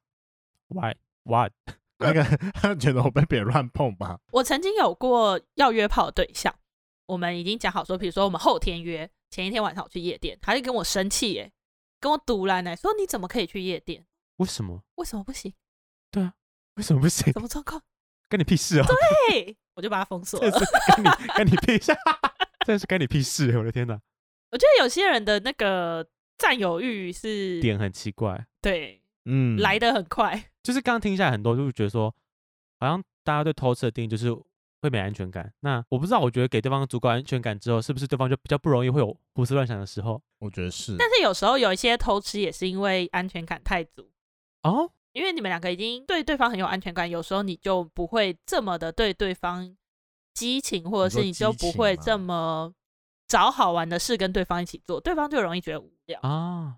[SPEAKER 4] ，why why？
[SPEAKER 3] 那个 他觉得我被别人乱碰吧，
[SPEAKER 2] 我曾经有过要约炮的对象，我们已经讲好说，比如说我们后天约，前一天晚上我去夜店，他就跟我生气耶，跟我堵来呢，说你怎么可以去夜店？
[SPEAKER 4] 为什么？
[SPEAKER 2] 为什么不行？
[SPEAKER 4] 为什么不行？
[SPEAKER 2] 什么状况？
[SPEAKER 4] 跟你屁事哦！
[SPEAKER 2] 嘿，我就把他封锁
[SPEAKER 4] 这
[SPEAKER 2] 了。
[SPEAKER 4] 是
[SPEAKER 3] 啊
[SPEAKER 4] 跟你跟你屁事，真的是跟你屁事！我的天哪，
[SPEAKER 2] 我觉得有些人的那个占有欲是
[SPEAKER 4] 点很奇怪，
[SPEAKER 2] 对
[SPEAKER 3] 嗯，
[SPEAKER 2] 来的很快。
[SPEAKER 4] 就是刚刚听下来很多，就是觉得说，好像大家对偷吃的定义就是会没安全感。那我不知道，我觉得给对方足够安全感之后，是不是对方就比较不容易会有胡思乱想的时候？
[SPEAKER 3] 我觉得是，
[SPEAKER 2] 但是有时候有一些偷吃也是因为安全感太足，
[SPEAKER 4] 哦，
[SPEAKER 2] 因为你们两个已经对对方很有安全感，有时候你就不会这么的对对方激情，或者是你
[SPEAKER 3] 你
[SPEAKER 2] 就
[SPEAKER 3] 说
[SPEAKER 2] 不
[SPEAKER 3] 激情
[SPEAKER 2] 会
[SPEAKER 3] 吗
[SPEAKER 2] 这么找好玩的事跟对方一起做，对方就容易觉得无聊，
[SPEAKER 4] 啊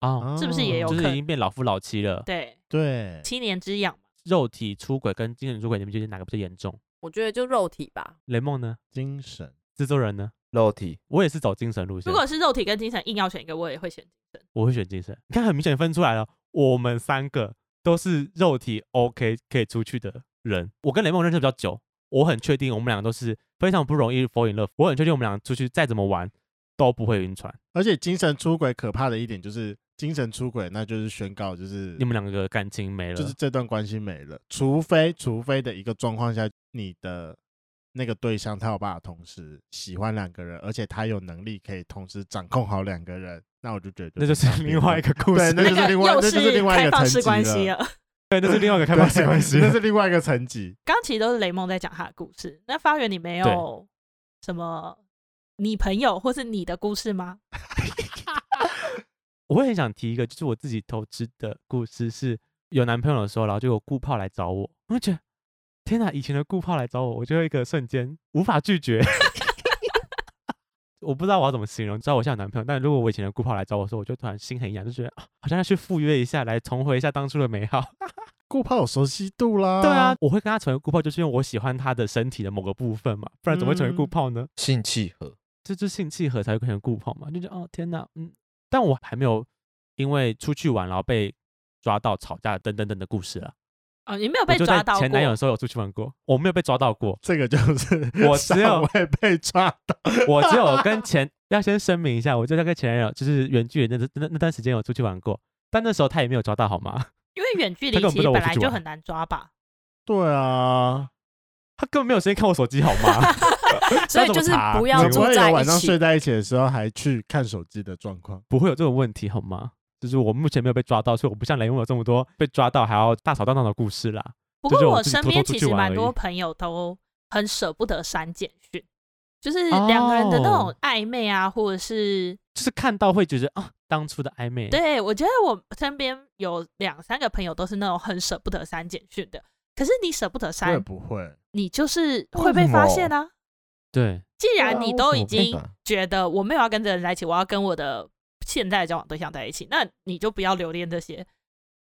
[SPEAKER 4] 啊，
[SPEAKER 2] 是不是也有
[SPEAKER 3] 哦
[SPEAKER 4] 就是
[SPEAKER 2] 可
[SPEAKER 4] 已经变老夫老妻了。
[SPEAKER 2] 对
[SPEAKER 3] 对？
[SPEAKER 2] 七年之痒嘛。
[SPEAKER 4] 肉体出轨跟精神出轨，你们觉得哪个比较严重？
[SPEAKER 1] 我觉得就肉体吧，
[SPEAKER 4] 雷梦呢？
[SPEAKER 3] 精神
[SPEAKER 4] 制作人呢？
[SPEAKER 5] 肉体
[SPEAKER 4] 我也是走精神路线
[SPEAKER 2] 如，果是肉体跟精神硬要选一个，我也会选精神。
[SPEAKER 4] 我会选精神。你看，很明显分出来了，我们三个都是肉体 OK 可以出去的人。我跟雷梦认识比较久，我很确定我们两个都是非常不容易 fall in love。我很确定我们俩出去再怎么玩都不会晕船。
[SPEAKER 3] 而且精神出轨可怕的一点就是，精神出轨那就是宣告就是
[SPEAKER 4] 你们两个感情没了，
[SPEAKER 3] 就是这段关系没了，除非除非的一个状况下，你的那个对象他有办法同时喜欢两个人，而且他有能力可以同时掌控好两个人，那我就觉得
[SPEAKER 4] 那就是
[SPEAKER 3] 上帝
[SPEAKER 4] 另外一
[SPEAKER 3] 了
[SPEAKER 4] 个故
[SPEAKER 3] 对
[SPEAKER 4] 事，
[SPEAKER 3] 那就是
[SPEAKER 2] 个
[SPEAKER 3] 另外
[SPEAKER 2] 又
[SPEAKER 3] 那就是另外一
[SPEAKER 2] 开
[SPEAKER 3] 个
[SPEAKER 2] 放式
[SPEAKER 3] 层级
[SPEAKER 2] 关系
[SPEAKER 3] 了
[SPEAKER 2] 了。
[SPEAKER 4] 对，那是另外一个开放式关系
[SPEAKER 3] 对
[SPEAKER 4] 了。
[SPEAKER 3] 那是另外一个层级。
[SPEAKER 2] 刚刚其实都是雷蒙在讲他的故事。那发源，你没有什么你朋友或是你的故事吗？
[SPEAKER 4] 我也很想提一个，就是我自己投资的故事，是有男朋友的时候，然后就有顾炮来找我，我就觉得天哪，以前的顾炮来找我，我就会一个瞬间无法拒绝。 我不知道我要怎么形容，知道我现在有男朋友，但如果我以前的顾炮来找我说，我就突然心很痒，就觉得啊好像要去赴约一下，来重回一下当初的美好。
[SPEAKER 3] 顾炮有熟悉度啦。
[SPEAKER 4] 对啊，，我会跟他成为顾炮，就是因为我喜欢他的身体的某个部分嘛，不然怎么会成为顾
[SPEAKER 3] 嗯
[SPEAKER 4] 炮呢？
[SPEAKER 5] 性契合，
[SPEAKER 4] 这就是性契合才会变成顾炮嘛，就觉得哦天哪，嗯，但我还没有因为出去玩然后被抓到吵架等等等的故事了。
[SPEAKER 2] 哦，你没有
[SPEAKER 4] 我
[SPEAKER 2] 被
[SPEAKER 4] 就
[SPEAKER 2] 抓
[SPEAKER 4] 在
[SPEAKER 2] 到过。
[SPEAKER 4] 前男友的时候有出去玩过，我没有被抓到过，
[SPEAKER 3] 这个就是
[SPEAKER 4] 我只有
[SPEAKER 3] 尚未被抓到。
[SPEAKER 4] 我只有跟前要先声明一下，我就在跟前男友就是远距离那那那段时间有出去玩过，但那时候他也没有抓到好吗？
[SPEAKER 2] 因为远距
[SPEAKER 4] 他
[SPEAKER 2] 离
[SPEAKER 4] 根本
[SPEAKER 2] 其
[SPEAKER 4] 不知
[SPEAKER 2] 实
[SPEAKER 4] 道我
[SPEAKER 2] 本
[SPEAKER 4] 出
[SPEAKER 2] 来
[SPEAKER 4] 去
[SPEAKER 2] 就
[SPEAKER 4] 玩
[SPEAKER 2] 很难抓吧。
[SPEAKER 3] 对啊，
[SPEAKER 4] 他根本没有时间看我手机好吗？
[SPEAKER 1] 所以
[SPEAKER 4] 那怎么
[SPEAKER 1] 就是
[SPEAKER 4] 查
[SPEAKER 1] 不
[SPEAKER 4] 要
[SPEAKER 1] 要
[SPEAKER 3] 你
[SPEAKER 4] 怎
[SPEAKER 1] 住
[SPEAKER 4] 么
[SPEAKER 3] 会
[SPEAKER 1] 在
[SPEAKER 3] 有
[SPEAKER 1] 一
[SPEAKER 3] 晚上
[SPEAKER 1] 起
[SPEAKER 3] 睡。在一起的时候还去看手机的状况？
[SPEAKER 4] 不会有这种问题好吗？就是我目前没有被抓到，所以我不像雷梦有这么多被抓到还要大吵大闹的故事啦。
[SPEAKER 2] 不
[SPEAKER 4] 就
[SPEAKER 2] 过
[SPEAKER 4] 是我
[SPEAKER 2] 我
[SPEAKER 4] 自己
[SPEAKER 2] 身
[SPEAKER 4] 偷偷
[SPEAKER 2] 边
[SPEAKER 4] 出
[SPEAKER 2] 其实
[SPEAKER 4] 去玩
[SPEAKER 2] 蛮
[SPEAKER 4] 而
[SPEAKER 2] 多
[SPEAKER 4] 已
[SPEAKER 2] 朋友都很舍不得删简讯，就是两个人的那种
[SPEAKER 4] 哦
[SPEAKER 2] 暧昧啊，或者是
[SPEAKER 4] 就是看到会觉得啊，当初的暧昧，
[SPEAKER 2] 对我觉得我身边有两三个朋友都是那种很舍不得删简讯的。可是你舍不得
[SPEAKER 3] 我也
[SPEAKER 2] 删，
[SPEAKER 3] 不会。
[SPEAKER 2] 你就是
[SPEAKER 5] 为
[SPEAKER 2] 会被
[SPEAKER 5] 什
[SPEAKER 2] 发
[SPEAKER 5] 么
[SPEAKER 2] 现啊。
[SPEAKER 4] 对，啊
[SPEAKER 2] 既然你都已
[SPEAKER 5] 为什么没
[SPEAKER 2] 经
[SPEAKER 5] 法
[SPEAKER 2] 觉得我没有要跟这个人在一起，我要跟我的现在的交往对象在一起，那你就不要留恋这些，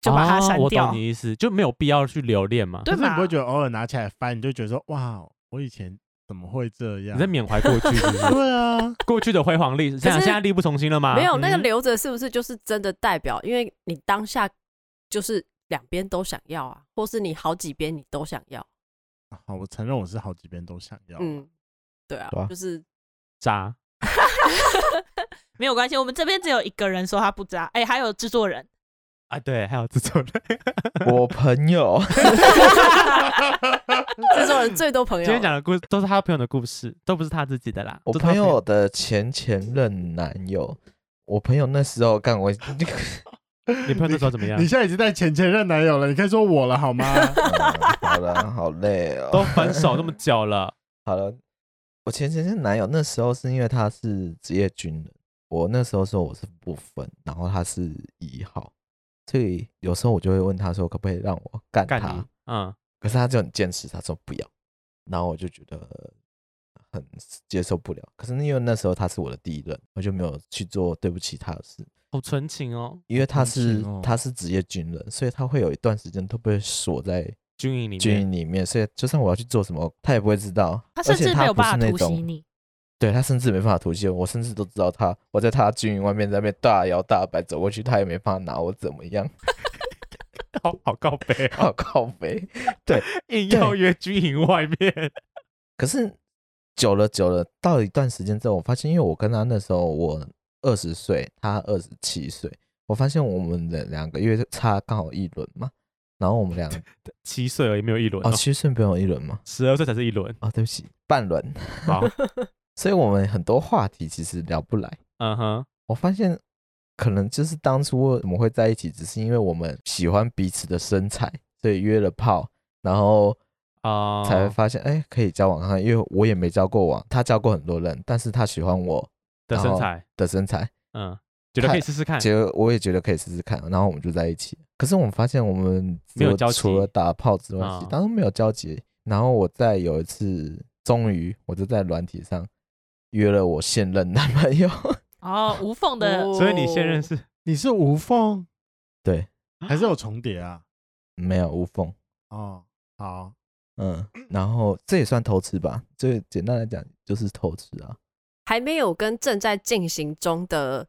[SPEAKER 2] 就把它
[SPEAKER 4] 哦
[SPEAKER 2] 删
[SPEAKER 4] 我
[SPEAKER 2] 掉。
[SPEAKER 4] 懂你意思，就没有必要去留恋嘛。
[SPEAKER 2] 对
[SPEAKER 3] 可是你
[SPEAKER 2] 嘛
[SPEAKER 3] 不会觉得偶尔拿起来翻，你就觉得说哇，我以前怎么会这样？
[SPEAKER 4] 你在缅怀过去是不是，
[SPEAKER 3] 对啊，
[SPEAKER 4] 过去的辉煌历史，现在
[SPEAKER 1] 是
[SPEAKER 4] 现在力不从心了吗？
[SPEAKER 1] 没有那个
[SPEAKER 4] 嗯
[SPEAKER 1] 留着是不是就是真的代表？因为你当下就是两边都想要啊，或是你好几边你都想要。
[SPEAKER 3] 啊好，我承认我是好几遍都想要。
[SPEAKER 1] 嗯，对啊
[SPEAKER 5] 对啊，
[SPEAKER 1] 就是
[SPEAKER 4] 渣，
[SPEAKER 2] 没有关系，我们这边只有一个人说他不渣，哎、还有制作人，
[SPEAKER 4] 啊，对，还有制作人，
[SPEAKER 5] 我朋友
[SPEAKER 1] 制作人最多朋友
[SPEAKER 4] 今天讲的故事都是他朋友的故事，都不是他自己的啦。
[SPEAKER 5] 我
[SPEAKER 4] 都是他
[SPEAKER 5] 朋友的前前任男友，我朋友那时候干我，
[SPEAKER 4] 你朋友那时候怎么样
[SPEAKER 3] 你？现在已经在前前任男友了，你可以说我了好吗？
[SPEAKER 5] 嗯好了，好累哦，
[SPEAKER 4] 都分手那么久了，
[SPEAKER 5] 好了，我前前任男友那时候是因为他是职业军人，我那时候说我是不分，然后他是一号，所以有时候我就会问他说可不可以让我干他，
[SPEAKER 4] 干你，嗯，
[SPEAKER 5] 可是他就很坚持，他说不要，然后我就觉得很接受不了。可是因为那时候他是我的第一任，我就没有去做对不起他的事，
[SPEAKER 4] 好纯情哦，
[SPEAKER 5] 因为他
[SPEAKER 3] 同情
[SPEAKER 5] 是、
[SPEAKER 3] 哦
[SPEAKER 5] 他是职业军人，所以他会有一段时间都被锁在
[SPEAKER 4] 军营里
[SPEAKER 5] 军
[SPEAKER 4] 面，
[SPEAKER 5] 营里面，所以就算我要去做什么，他也不会知道，
[SPEAKER 2] 他甚
[SPEAKER 5] 而
[SPEAKER 2] 至
[SPEAKER 5] 且
[SPEAKER 2] 没有
[SPEAKER 5] 他不
[SPEAKER 2] 办
[SPEAKER 5] 是
[SPEAKER 2] 法
[SPEAKER 5] 那
[SPEAKER 2] 突袭
[SPEAKER 5] 种。
[SPEAKER 2] 你。
[SPEAKER 5] 对他甚至没办法突袭我，我甚至都知道他我在他军营外面在那边大摇大摆走过去，他也没办法拿我怎么样，
[SPEAKER 4] 好好告白哦，
[SPEAKER 5] 好靠背。
[SPEAKER 4] 硬要约军营外面，
[SPEAKER 5] 可是久了久了，到一段时间之后，我发现，因为我跟他那时候我二十岁，他二十七岁，我发现我们的两个月差刚好一轮嘛，然后我们俩
[SPEAKER 4] 七岁而已，没有一轮
[SPEAKER 5] 哦，，七岁不用一轮吗？
[SPEAKER 4] 十二岁才是一轮，
[SPEAKER 5] 哦，对不起，半轮，
[SPEAKER 4] 好，
[SPEAKER 5] 所以我们很多话题其实聊不来。
[SPEAKER 4] 嗯哼，
[SPEAKER 5] 我发现可能就是当初我们会在一起，只是因为我们喜欢彼此的身材，所以约了炮，然后
[SPEAKER 4] 哦，
[SPEAKER 5] 才发现哎、可以交往看看。因为我也没交过往，他交过很多人，但是他喜欢我
[SPEAKER 4] 的
[SPEAKER 5] 然
[SPEAKER 4] 身
[SPEAKER 5] 后
[SPEAKER 4] 材，
[SPEAKER 5] 的身材，
[SPEAKER 4] 嗯，觉得可以试试看，
[SPEAKER 5] 结果我也觉得可以试试看，然后我们就在一起。可是我们发现我们只
[SPEAKER 4] 没有交集
[SPEAKER 5] 除了打炮之外，
[SPEAKER 4] 啊
[SPEAKER 5] 当中没有交集。然后我在有一次，终于我就在软体上约了我现任男朋友，
[SPEAKER 2] 哦，无缝的，
[SPEAKER 1] 哦
[SPEAKER 4] 所以你现任是
[SPEAKER 3] 你是无缝
[SPEAKER 5] 对，
[SPEAKER 3] 还是有重叠啊？
[SPEAKER 5] 没有无缝。
[SPEAKER 3] 哦，好，
[SPEAKER 5] 嗯，然后这也算偷吃吧？这简单来讲就是偷吃啊。
[SPEAKER 1] 还没有跟正在进行中的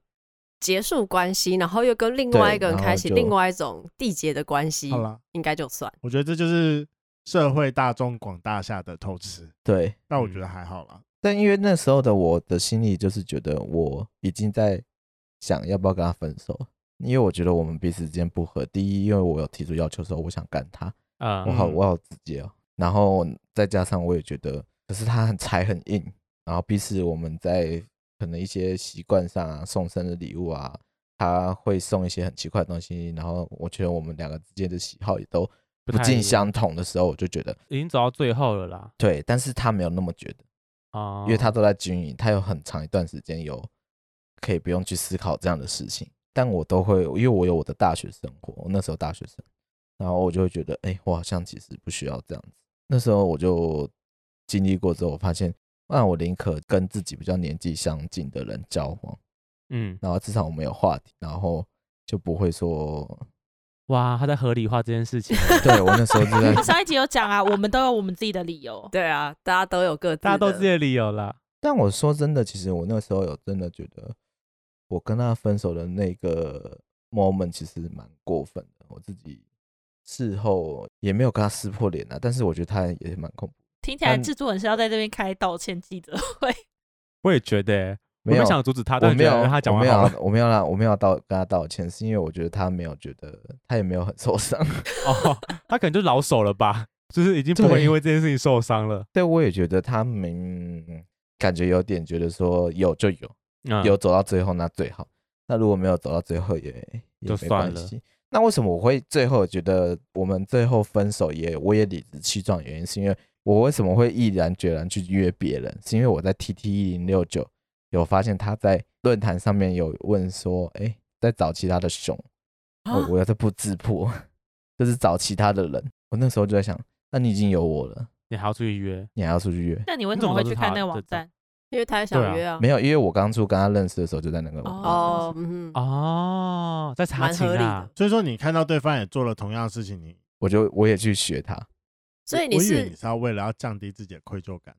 [SPEAKER 1] 结束关系，然后又跟另外一个人
[SPEAKER 5] 对
[SPEAKER 1] 开启
[SPEAKER 5] 然后就
[SPEAKER 1] 另外一种缔结的关系
[SPEAKER 3] 好，了，
[SPEAKER 1] 应该就算。
[SPEAKER 3] 我觉得这就是社会大众广大下的偷吃，
[SPEAKER 5] 对，
[SPEAKER 3] 但我觉
[SPEAKER 4] 嗯
[SPEAKER 3] 得还好啦。
[SPEAKER 5] 但因为那时候的我的心里就是觉得我已经在想要不要跟他分手，因为我觉得我们彼此之间不合。第一，因为我有提出要求说我想干他，我
[SPEAKER 4] 嗯
[SPEAKER 5] 好
[SPEAKER 3] 嗯
[SPEAKER 5] 我好直接哦。然后再加上我也觉得，可是他很柴很硬，然后彼此我们在可能一些习惯上啊，送生日礼物啊，他会送一些很奇怪的东西，然后我觉得我们两个之间的喜好也都不
[SPEAKER 4] 太一
[SPEAKER 5] 尽
[SPEAKER 4] 样
[SPEAKER 5] 相同的时候，我就觉得
[SPEAKER 4] 已经走到最后了啦，
[SPEAKER 5] 对，但是他没有那么觉得，
[SPEAKER 4] 啊，
[SPEAKER 5] 因为他都在军营，他有很长一段时间有可以不用去思考这样的事情，但我都会，因为我有我的大学生活，我那时候大学生，然后我就会觉得，哎、我好像其实不需要这样子。那时候我就经历过之后，我发现，那我宁可跟自己比较年纪相近的人交往，
[SPEAKER 4] 嗯，
[SPEAKER 5] 然后至少我们有话题，然后就不会说，
[SPEAKER 4] 哇，他在合理化这件事情
[SPEAKER 5] 对我那时候就在
[SPEAKER 2] 我上一集有讲啊，我们都有我们自己的理由。
[SPEAKER 1] 对啊，大家都有各自的，
[SPEAKER 4] 大家都有自己的理由啦。
[SPEAKER 5] 但我说真的，其实我那时候有真的觉得，我跟他分手的那个 moment 其实蛮过分的。我自己事后也没有跟他撕破脸啊，但是我觉得他也蛮恐怖。
[SPEAKER 2] 听起来
[SPEAKER 5] 但
[SPEAKER 2] 制作人是要在这边开道歉记者会，
[SPEAKER 4] 我也觉得欸，我
[SPEAKER 5] 有
[SPEAKER 4] 没想阻止他，
[SPEAKER 5] 我
[SPEAKER 4] 但
[SPEAKER 5] 没
[SPEAKER 4] 觉得
[SPEAKER 5] 有，
[SPEAKER 4] 啊让他讲
[SPEAKER 5] 我
[SPEAKER 4] 完
[SPEAKER 5] 没
[SPEAKER 4] 好
[SPEAKER 5] 有
[SPEAKER 4] 了。
[SPEAKER 5] 要，我没有让，我没有要道跟他道歉，是因为我觉得他没有觉得，他也没有很受伤。
[SPEAKER 4] 哦，他可能就老手了吧，就是已经不
[SPEAKER 5] 对
[SPEAKER 4] 会因为这件事情受伤了。
[SPEAKER 5] 对，我也觉得他们感觉有点觉得说有就有，
[SPEAKER 4] 嗯，
[SPEAKER 5] 有走到最后那最好，那如果没有走到最后也也
[SPEAKER 4] 就算
[SPEAKER 5] 没关
[SPEAKER 4] 了
[SPEAKER 5] 系。那为什么我会最后觉得我们最后分手也我也理直气壮？原因是因为我为什么会毅然决然去约别人？是因为我在 TT 一零六九有发现他在论坛上面有问说，哎、在找其他的熊，
[SPEAKER 1] 啊
[SPEAKER 5] 我我要在不自破， 就是找其他的人。我那时候就在想，那你已经有我了，
[SPEAKER 4] 你还要出去约，
[SPEAKER 5] 你还要出去约？
[SPEAKER 2] 那你为
[SPEAKER 4] 你
[SPEAKER 2] 什
[SPEAKER 4] 怎
[SPEAKER 2] 么
[SPEAKER 4] 么
[SPEAKER 2] 会
[SPEAKER 4] 知
[SPEAKER 2] 去
[SPEAKER 4] 道
[SPEAKER 2] 看
[SPEAKER 4] 他
[SPEAKER 2] 那个网
[SPEAKER 4] 这
[SPEAKER 2] 站？
[SPEAKER 1] 因为他也想
[SPEAKER 4] 对啊
[SPEAKER 1] 约啊，
[SPEAKER 5] 没有，因为我刚初跟他认识的时候就在那个网站上
[SPEAKER 1] 哦，嗯哼，
[SPEAKER 4] 哦，在查
[SPEAKER 1] 蛮
[SPEAKER 4] 寝
[SPEAKER 1] 合理
[SPEAKER 4] 啊
[SPEAKER 1] 的，。
[SPEAKER 3] 所以说你看到对方也做了同样的事情，你
[SPEAKER 5] 我就我也去学他。
[SPEAKER 1] 所以
[SPEAKER 3] 我
[SPEAKER 1] 你
[SPEAKER 3] 我以为
[SPEAKER 1] 是
[SPEAKER 3] 你是要为了要降低自己的愧疚感，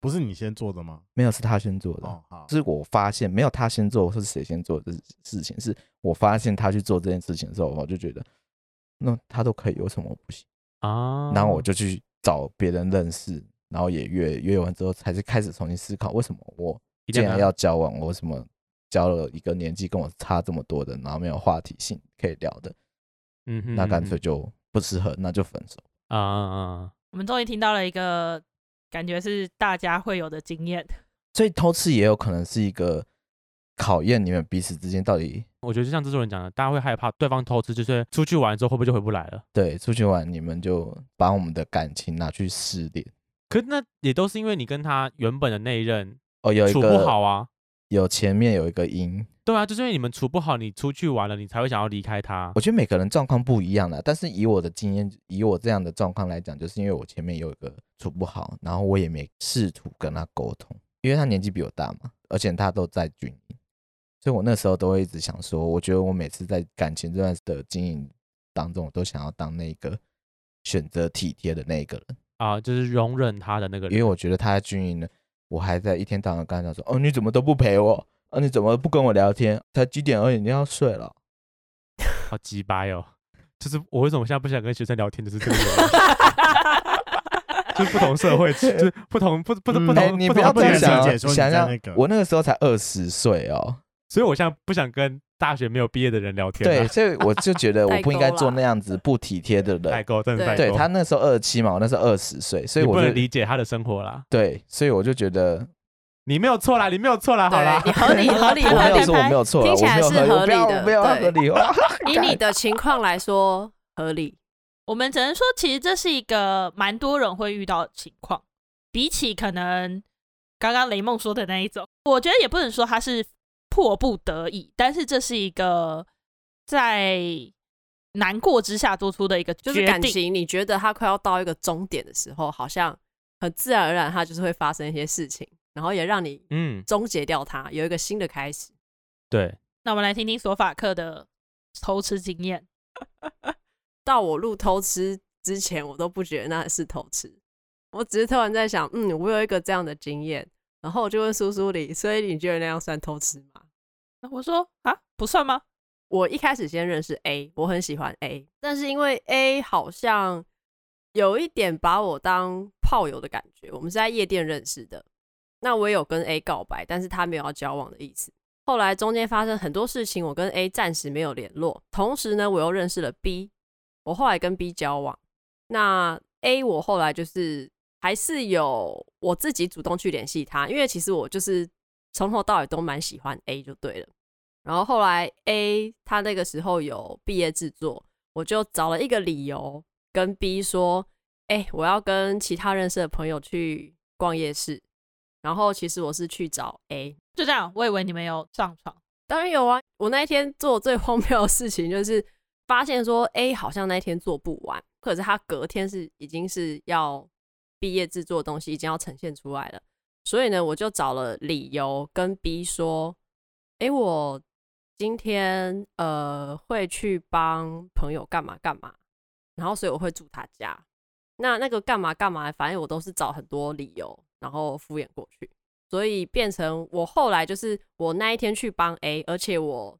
[SPEAKER 3] 不是你先做的吗？
[SPEAKER 5] 没有是他先做的，
[SPEAKER 3] 哦，好，
[SPEAKER 5] 是我发现没有他先做，是谁先做的事情？是我发现他去做这件事情的时候，我就觉得，那他都可以，为什么我不行？
[SPEAKER 4] 啊，
[SPEAKER 5] 然后我就去找别人认识，然后也约约完之后，才是开始重新思考，为什么我
[SPEAKER 4] 一
[SPEAKER 5] 既
[SPEAKER 4] 定啊
[SPEAKER 5] 然
[SPEAKER 4] 要
[SPEAKER 5] 要交往，我为什么交了一个年纪跟我差这么多的，然后没有话题性可以聊的，
[SPEAKER 4] 嗯哼，
[SPEAKER 5] 那干脆
[SPEAKER 4] 嗯
[SPEAKER 5] 就不适合，那就分手。
[SPEAKER 4] 哼啊啊啊！
[SPEAKER 2] 我们终于听到了一个感觉是大家会有的经验。
[SPEAKER 5] 所以偷吃也有可能是一个考验你们彼此之间到底
[SPEAKER 4] 我觉得就像制作人讲的，大家会害怕对方偷吃，就是出去玩之后会不会就回不来了？
[SPEAKER 5] 对，出去玩你们就把我们的感情拿去试炼。
[SPEAKER 4] 可是那也都是因为你跟他原本的那一任
[SPEAKER 5] 哦，有一
[SPEAKER 4] 处
[SPEAKER 5] 个
[SPEAKER 4] 不好啊，
[SPEAKER 5] 有前面有一个因，
[SPEAKER 4] 对啊，就是因为你们处不好，你出去玩了，你才会想要离开他
[SPEAKER 5] 我。觉得每个人状况不一样啦。但是以我的经验，以我这样的状况来讲，就是因为我前面有一个处不好，然后我也没试图跟他沟通，因为他年纪比我大嘛，而且他都在军营，所以我那时候都会一直想说，我觉得我每次在感情这段的经营当中，我都想要当那个选择体贴的那一个人。
[SPEAKER 4] 啊，就是容忍他的那个
[SPEAKER 5] 因为
[SPEAKER 4] 人。
[SPEAKER 5] 我觉得他在军营呢，我还在一天到晚跟他讲说，哦，你怎么都不陪我？啊，你怎么不跟我聊天？才几点而已，你要睡了。
[SPEAKER 4] 好鸡掰哦！就是我为什么现在不想跟学生聊天，就是这个原因，就是不同社会，就是 不同不不不
[SPEAKER 3] 嗯
[SPEAKER 4] 同、
[SPEAKER 3] 哎
[SPEAKER 5] 你
[SPEAKER 4] 不
[SPEAKER 5] 不
[SPEAKER 4] 同
[SPEAKER 5] 要
[SPEAKER 4] 的
[SPEAKER 5] 这
[SPEAKER 3] 不
[SPEAKER 5] 样
[SPEAKER 3] 能理解
[SPEAKER 4] 阶级
[SPEAKER 5] 想哦，
[SPEAKER 3] 说你
[SPEAKER 5] 想
[SPEAKER 3] 在
[SPEAKER 5] 想
[SPEAKER 3] 那个
[SPEAKER 5] 我那个时候才二十岁 哦，
[SPEAKER 4] 所以我现在不想跟大学没有毕业的人聊天、
[SPEAKER 5] 对，
[SPEAKER 4] 啊。
[SPEAKER 5] 所以我就 觉得我
[SPEAKER 1] 代
[SPEAKER 5] 不应该
[SPEAKER 1] 沟
[SPEAKER 5] 做
[SPEAKER 1] 啦
[SPEAKER 5] 那样子不体贴的
[SPEAKER 4] 代
[SPEAKER 5] 人。
[SPEAKER 4] 沟，真的代
[SPEAKER 1] 代
[SPEAKER 4] 沟。
[SPEAKER 5] 对他那时候二十七嘛，我那时候二十岁，所以
[SPEAKER 4] 你
[SPEAKER 5] 我
[SPEAKER 4] 不能
[SPEAKER 5] 就
[SPEAKER 4] 理解他的生活啦。
[SPEAKER 5] 对，所以我就觉得
[SPEAKER 4] 你没有错啦，你没有错啦，好啦
[SPEAKER 1] 对，你合理合理
[SPEAKER 5] 我没
[SPEAKER 1] 合
[SPEAKER 5] 有
[SPEAKER 1] 理
[SPEAKER 5] 说我没有错啦，
[SPEAKER 1] 听起
[SPEAKER 5] 我
[SPEAKER 1] 来
[SPEAKER 5] 没有
[SPEAKER 1] 是
[SPEAKER 5] 合理，我
[SPEAKER 1] 合理
[SPEAKER 5] 不要
[SPEAKER 1] 的
[SPEAKER 5] 我没有合
[SPEAKER 1] 对
[SPEAKER 5] 理哦 化。
[SPEAKER 1] 以你 的情况来说合理，
[SPEAKER 2] 我们只能说，其实这是一个蛮多人会遇到的情况。比起可能刚刚雷梦说的那一种，我觉得也不能说他是迫不得已，但是这是一个在难过之下做出的一个
[SPEAKER 1] 就是
[SPEAKER 2] 决
[SPEAKER 1] 感
[SPEAKER 2] 定。
[SPEAKER 1] 情，你觉得它快要到一个终点的时候，好像很自然而然，它就是会发生一些事情，然后也让你
[SPEAKER 4] 嗯，
[SPEAKER 1] 终结掉它，有一个新的开始。
[SPEAKER 4] 对，
[SPEAKER 2] 那我们来听听索法克的偷吃经验。
[SPEAKER 1] 到我录偷吃之前，我都不觉得那是偷吃，我只是突然在想，嗯，我有一个这样的经验，然后我就问苏苏里，所以你觉得那样算偷吃吗？
[SPEAKER 2] 我说啊，不算吗？
[SPEAKER 1] 我一开始先认识 A，我很喜欢 A，但是因为 A 好像有一点把我当炮友的感觉，我们是在夜店认识的。那我也有跟 A 告白，但是他没有要交往的意思。后来中间发生很多事情，我跟 A 暂时没有联络。同时呢，我又认识了 B，我后来跟 B 交往。那 A 我后来就是还是有我自己主动去联系他，因为其实我就是从头到尾都蛮喜欢 A 就对了。然后后来 A 他那个时候有毕业制作，我就找了一个理由跟 B 说：“哎、我要跟其他认识的朋友去逛夜市。”然后其实我是去找 A，
[SPEAKER 2] 就这样，我以为你们有上床。
[SPEAKER 1] 当然有啊。我那一天做最荒谬的事情就是发现说 A 好像那一天做不完，可是他隔天是已经是要毕业制作的东西已经要呈现出来了，所以呢，我就找了理由跟 B 说：“哎、我今天呃会去帮朋友干嘛干嘛，然后所以我会住他家。那那个干嘛干嘛，反正我都是找很多理由，然后敷衍过去，所以变成我后来就是我那一天去帮 A，而且我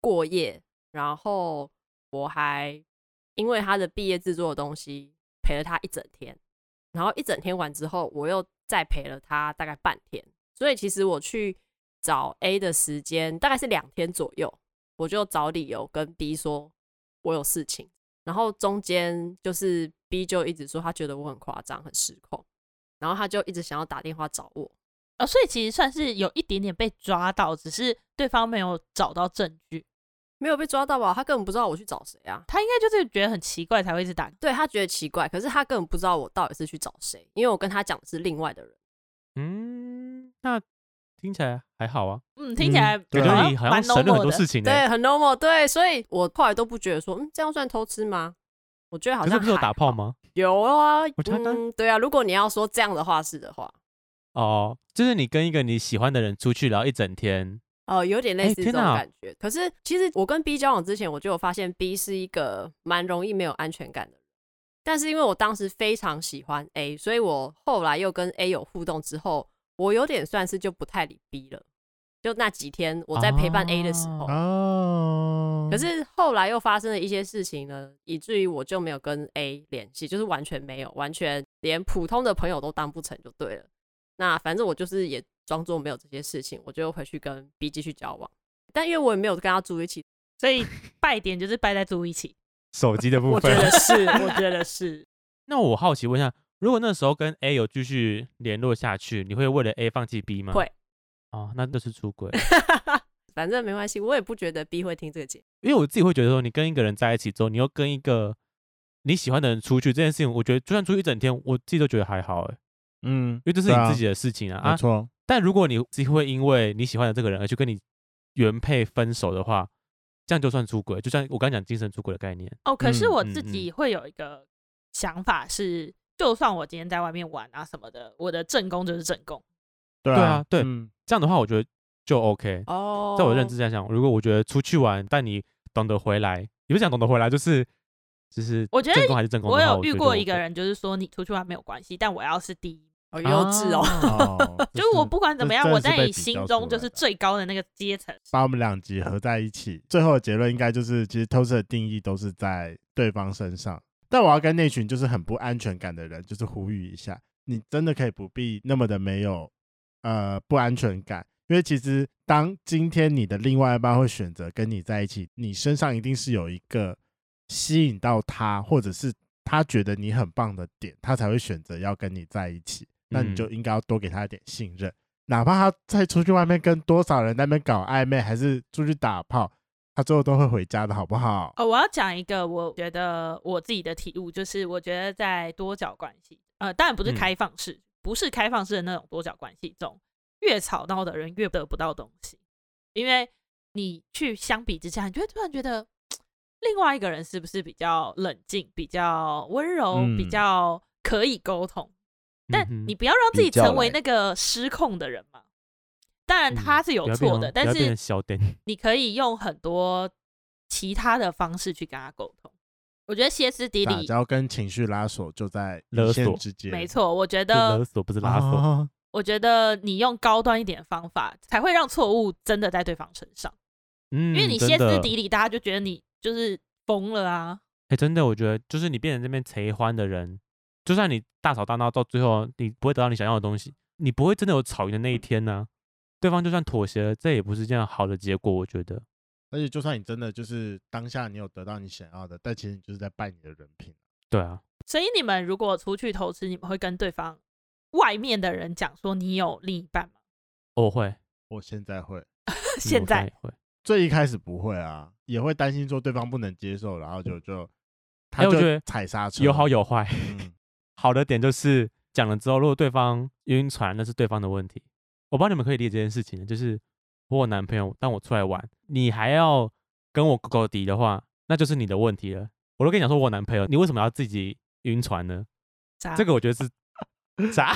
[SPEAKER 1] 过夜，然后我还因为他的毕业制作的东西陪了他一整天，然后一整天完之后，我又再陪了他大概半天，所以其实我去找 A 的时间大概是两天左右，我就找理由跟 B 说我有事情，然后中间就是 B 就一直说他觉得我很夸张、很失控，然后他就一直想要打电话找我，
[SPEAKER 2] 哦，所以其实算是有一点点被抓到，只是对方没有找到证据。
[SPEAKER 1] 没有被抓到吧？他根本不知道我去找谁啊。
[SPEAKER 2] 他应该就是觉得很奇怪才会一直打。
[SPEAKER 1] 对他觉得奇怪，可是他根本不知道我到底是去找谁，因为我跟他讲的是另外的人。
[SPEAKER 4] 嗯，那听起来还好啊，
[SPEAKER 2] 嗯，听起来
[SPEAKER 3] 对
[SPEAKER 4] 感
[SPEAKER 3] 啊
[SPEAKER 4] 觉你好像
[SPEAKER 2] 蛮
[SPEAKER 4] 省了很
[SPEAKER 2] normal
[SPEAKER 4] 多
[SPEAKER 2] 的。
[SPEAKER 4] 事情呢、欸
[SPEAKER 1] 对，很 normal。对，所以我后来都不觉得说，嗯，这样算偷吃吗？我觉得好
[SPEAKER 4] 可
[SPEAKER 1] 像
[SPEAKER 4] 是不是有
[SPEAKER 1] 还
[SPEAKER 4] 打炮吗？
[SPEAKER 1] 有啊，
[SPEAKER 4] 我觉得
[SPEAKER 1] 嗯，对啊。如果你要说这样的话是的话，
[SPEAKER 4] 哦，就是你跟一个你喜欢的人出去，然后一整天，
[SPEAKER 1] 呃，有点类
[SPEAKER 4] 哎
[SPEAKER 1] 似这
[SPEAKER 4] 天
[SPEAKER 1] 种
[SPEAKER 4] 哪
[SPEAKER 1] 感觉。可是其实我跟 B 交往之前，我就有发现 B 是一个蛮容易没有安全感的人。但是因为我当时非常喜欢 A，所以我后来又跟 A 有互动之后，我有点算是就不太理 B 了。就那几天我在陪伴 A 的时候，
[SPEAKER 3] 哦，
[SPEAKER 1] 哦可是后来又发生了一些事情呢，以至于我就没有跟 A 联系，就是完全没有，完全连普通的朋友都当不成就对了。那反正我就是也装作没有这些事情，我就回去跟 B 继续交往。但因为我也没有跟他住一起，
[SPEAKER 2] 所以拜点就是拜在住一起。
[SPEAKER 4] 手机的部
[SPEAKER 1] 我觉得是，
[SPEAKER 2] 我觉得是，
[SPEAKER 4] 那我好奇问一下，如果那时候跟 A 有继续联络下去，你会为了 A 放弃 B 吗？
[SPEAKER 1] 会。
[SPEAKER 4] 哦，那就是出轨，
[SPEAKER 1] 反正没关系，我也不觉得 B 会听这个节目。
[SPEAKER 4] 因为我自己会觉得说，你跟一个人在一起之后，你又跟一个你喜欢的人出去这件事情，我觉得就算出去一整天，我自己都觉得还好哎，
[SPEAKER 3] 嗯
[SPEAKER 4] 因，为这是
[SPEAKER 3] 对啊
[SPEAKER 4] 你自己的事情啊。
[SPEAKER 3] 没
[SPEAKER 4] 啊，
[SPEAKER 3] 错，
[SPEAKER 4] 但如果你自己会因为你喜欢的这个人而去跟你原配分手的话，这样就算出轨，就像我刚讲精神出轨的概念。
[SPEAKER 2] 哦，可是
[SPEAKER 3] 嗯
[SPEAKER 2] 我
[SPEAKER 4] 嗯
[SPEAKER 2] 自
[SPEAKER 4] 嗯
[SPEAKER 2] 己会有一个想法是，就算我今天在外面玩啊什么的，我的正宫就是正宫。
[SPEAKER 3] 对
[SPEAKER 4] 对啊对
[SPEAKER 3] 嗯
[SPEAKER 4] 这样的话，我觉得就 OK。
[SPEAKER 1] 哦
[SPEAKER 4] 在我认知，下想，如果我觉得出去玩，但你懂得回来，也不是讲懂得回来，就是就是
[SPEAKER 2] 我觉得
[SPEAKER 4] 正宫还是正宫的
[SPEAKER 2] 我
[SPEAKER 4] 话。
[SPEAKER 2] 有
[SPEAKER 4] 哦觉
[SPEAKER 2] 遇
[SPEAKER 4] 得
[SPEAKER 2] 过
[SPEAKER 4] OK
[SPEAKER 2] 一个，人，就是说你出去玩没有关系，但我要是第一，
[SPEAKER 1] 好幼稚哦。
[SPEAKER 4] 嗯啊
[SPEAKER 3] 哦
[SPEAKER 2] 就是我不管怎么样，我
[SPEAKER 3] 这真
[SPEAKER 2] 在
[SPEAKER 3] 的是被
[SPEAKER 2] 你
[SPEAKER 3] 比
[SPEAKER 2] 心
[SPEAKER 3] 较
[SPEAKER 2] 中
[SPEAKER 3] 出
[SPEAKER 2] 就
[SPEAKER 3] 来
[SPEAKER 2] 是
[SPEAKER 3] 的
[SPEAKER 2] 最高的那个阶层。
[SPEAKER 3] 把我们两集合在一起，最后的结论应该就是，其实偷吃的定义都是在对方身上。但我要跟那群就是很不安全感的人，就是呼吁一下，你真的可以不必那么的没有呃不安全感，因为其实当今天你的另外一半会选择跟你在一起，你身上一定是有一个吸引到他，或者是他觉得你很棒的点，他才会选择要跟你在一起。那你
[SPEAKER 4] 嗯
[SPEAKER 3] 就应该要多给他一点信任。哪怕他再出去外面跟多少人在那边搞暧昧，还是出去打炮，他最后都会回家的，好不好？
[SPEAKER 2] 哦，我要讲一个，我觉得我自己的体悟就是，我觉得在多角关系，呃，当然不是
[SPEAKER 4] 嗯
[SPEAKER 2] 开放式，不是开放式的那种多角关系中，越吵闹的人越得不到东西，因为你去相比之下，你就会突然觉得另外一个人是不是比较冷静、比较温柔、比
[SPEAKER 3] 嗯
[SPEAKER 2] 较可以沟通，但
[SPEAKER 4] 嗯哼
[SPEAKER 2] 你不要让自
[SPEAKER 5] 比
[SPEAKER 2] 己
[SPEAKER 5] 较
[SPEAKER 2] 成为
[SPEAKER 5] 来
[SPEAKER 2] 那个失控的人嘛。当然
[SPEAKER 4] 嗯
[SPEAKER 2] 他是有
[SPEAKER 4] 不要变
[SPEAKER 2] 错的，
[SPEAKER 4] 成不
[SPEAKER 2] 但
[SPEAKER 4] 要变
[SPEAKER 2] 是
[SPEAKER 4] 成 小点。
[SPEAKER 2] 你可以用很多其他的方式去跟他沟通。我觉得歇斯底
[SPEAKER 3] 打
[SPEAKER 2] 里，
[SPEAKER 3] 交跟情绪拉索就在
[SPEAKER 4] 勒
[SPEAKER 3] 一线
[SPEAKER 4] 索
[SPEAKER 3] 之间，
[SPEAKER 2] 没错，我觉
[SPEAKER 4] 是勒
[SPEAKER 2] 得，
[SPEAKER 4] 索不是拉索，
[SPEAKER 3] 哦，
[SPEAKER 2] 我觉得你用高端一点的方法，才会让错误真的在对方身上。
[SPEAKER 4] 嗯，
[SPEAKER 2] 因为你
[SPEAKER 4] 真
[SPEAKER 2] 歇斯
[SPEAKER 4] 的
[SPEAKER 2] 底里，大家就觉得你就是疯了啊。
[SPEAKER 4] 哎、真的，我觉得就是你变成这边贼欢的人，就算你大吵大闹，到最后你不会得到你想要的东西，你不会真的有吵赢的那一天呢、对方就算妥协了，这也不是一件好的结果，我觉得。
[SPEAKER 3] 而且就算你真的就是当下你有得到你想要的，但其实你就是在拜你的人品。
[SPEAKER 4] 对 啊，
[SPEAKER 2] 所以你们如果出去投资，你们会跟对方外面的人讲说你有另一半吗？
[SPEAKER 4] 我会，嗯
[SPEAKER 3] 我现在会，
[SPEAKER 2] 现
[SPEAKER 4] 我
[SPEAKER 2] 在
[SPEAKER 4] 现会。
[SPEAKER 3] 最一开始不会啊，也会担心说对方不能接受，然后就就他
[SPEAKER 4] 哎我
[SPEAKER 3] 就
[SPEAKER 4] 觉得
[SPEAKER 3] 踩刹车，
[SPEAKER 4] 有好有坏，
[SPEAKER 3] 嗯，
[SPEAKER 4] 好的点就是讲了之后，如果对方晕船，那是对方的问题。我不知道你们可以理解这件事情，就是我有男朋友，但我出来玩，你还要跟我狗狗敌的话，那就是你的问题了。我都跟你讲说我有男朋友，你为什么要自己晕船呢？
[SPEAKER 2] 啥
[SPEAKER 4] 这个我觉得是啥？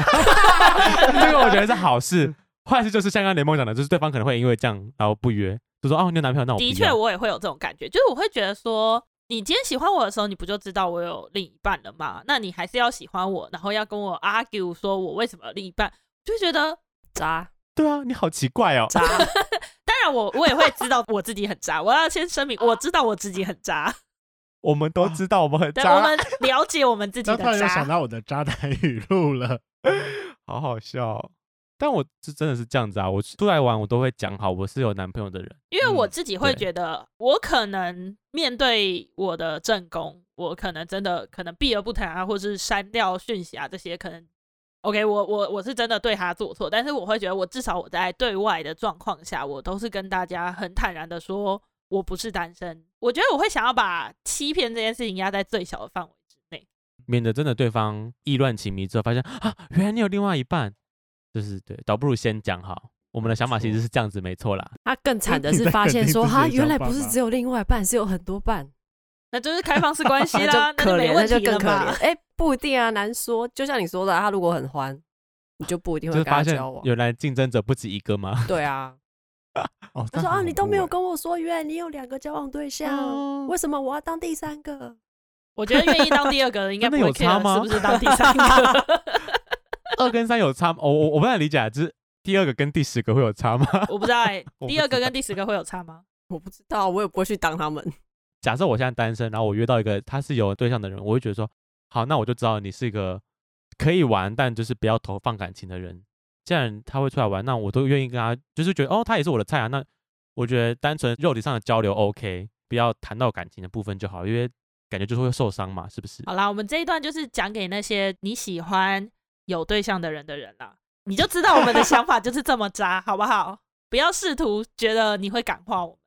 [SPEAKER 4] 这个我觉得是好事，坏事就是像刚刚雷梦讲的，就是对方可能会因为这样然后不约，就说哦，你有男朋友，那我不
[SPEAKER 2] 的
[SPEAKER 4] 要
[SPEAKER 2] 确，我也会有这种感觉，就是我会觉得说，你今天喜欢我的时候，你不就知道我有另一半了吗？那你还是要喜欢我，然后要跟我 argue 说我为什么有另一半，就觉得
[SPEAKER 1] 渣
[SPEAKER 4] 对啊，你好奇怪哦，
[SPEAKER 1] 渣，
[SPEAKER 2] 当然我我也会知道我自己很渣，我要先声明，我知道我自己很渣，
[SPEAKER 4] 我们都知道我们很
[SPEAKER 2] 对，
[SPEAKER 4] 渣，
[SPEAKER 2] 我们了解我们自己
[SPEAKER 3] 然后突然
[SPEAKER 2] 的
[SPEAKER 3] 又想
[SPEAKER 2] 渣。
[SPEAKER 3] 到我的渣男语录了，
[SPEAKER 4] 好好笑哦。但我是真的是这样子啊，我出来玩我都会讲好我是有男朋友的人，
[SPEAKER 2] 因为
[SPEAKER 1] 嗯
[SPEAKER 2] 我自己会
[SPEAKER 4] 对
[SPEAKER 2] 觉得，我可能面对我的正宫，我可能真的可能避而不谈啊，或是删掉讯息啊，这些可能 OK 我。我我是真的对他做错，但是我会觉得，我至少我在对外的状况下，我都是跟大家很坦然的说，我不是单身。我觉得我会想要把欺骗这件事情压在最小的范围之内。
[SPEAKER 4] 免得真的对方意乱情迷之后发现啊，原来你有另外一半，就是对，倒不如先讲好。我们的想法其实是这样子，没错啦。
[SPEAKER 1] 他更惨的
[SPEAKER 3] 哎你
[SPEAKER 1] 是
[SPEAKER 3] 在
[SPEAKER 1] 发
[SPEAKER 3] 肯
[SPEAKER 1] 现
[SPEAKER 3] 定
[SPEAKER 1] 说，
[SPEAKER 3] 自己
[SPEAKER 1] 哈，
[SPEAKER 3] 的
[SPEAKER 1] 原来
[SPEAKER 3] 想
[SPEAKER 1] 不
[SPEAKER 3] 法
[SPEAKER 1] 是
[SPEAKER 3] 吗
[SPEAKER 1] 只有另外一半，是有很多伴，
[SPEAKER 2] 那就是开放式关系
[SPEAKER 1] 那
[SPEAKER 2] 啦，
[SPEAKER 1] 就
[SPEAKER 2] 那就
[SPEAKER 1] 可
[SPEAKER 2] 没
[SPEAKER 1] 怜，那
[SPEAKER 2] 问
[SPEAKER 1] 就
[SPEAKER 2] 题
[SPEAKER 1] 更
[SPEAKER 2] 了
[SPEAKER 1] 可怜
[SPEAKER 2] 吧。。
[SPEAKER 1] 哎，不一定啊，难说。就像你说的啊，他如果很欢，你就不一定
[SPEAKER 4] 就
[SPEAKER 1] 会
[SPEAKER 4] 是
[SPEAKER 1] 跟他
[SPEAKER 4] 发现
[SPEAKER 1] 交往。
[SPEAKER 4] 原来竞争者不止一个吗？
[SPEAKER 1] 对啊，
[SPEAKER 3] 哦，
[SPEAKER 1] 他
[SPEAKER 3] 这
[SPEAKER 1] 说
[SPEAKER 3] 样
[SPEAKER 1] 啊，
[SPEAKER 3] 很
[SPEAKER 1] 你
[SPEAKER 3] 恐
[SPEAKER 1] 都没
[SPEAKER 3] 怖
[SPEAKER 1] 有
[SPEAKER 3] 欸
[SPEAKER 1] 跟我说，原来你有两个交往对啊
[SPEAKER 4] 哦
[SPEAKER 1] 象，为什么我要当第三个？
[SPEAKER 2] 我觉得愿意当第二个的应该不
[SPEAKER 4] 真的
[SPEAKER 2] 会
[SPEAKER 4] 有差
[SPEAKER 2] care
[SPEAKER 4] 吗
[SPEAKER 2] 是不是当第三个。
[SPEAKER 4] 二跟三有差吗？我我我不太理解啊，就是第二个跟第十个会有差吗？
[SPEAKER 2] 我不知道 哎、
[SPEAKER 4] 我不
[SPEAKER 2] 第二个
[SPEAKER 4] 知道
[SPEAKER 2] 跟第十个会有差吗？
[SPEAKER 1] 我不知道，我也不会去当他们。
[SPEAKER 4] 假设我现在单身，然后我约到一个他是有对象的人，我会觉得说，好，那我就知道你是一个可以玩，但就是不要投放感情的人。既然他会出来玩，那我都愿意跟他，就是觉得哦，他也是我的菜啊。那我觉得单纯肉体上的交流 OK，不要谈到感情的部分就好，因为感觉就是会受伤嘛，是不是？
[SPEAKER 2] 好啦，我们这一段就是讲给那些你喜欢有对象的人的人啦，你就知道我们的想法就是这么渣，好不好？不要试图觉得你会感化我们，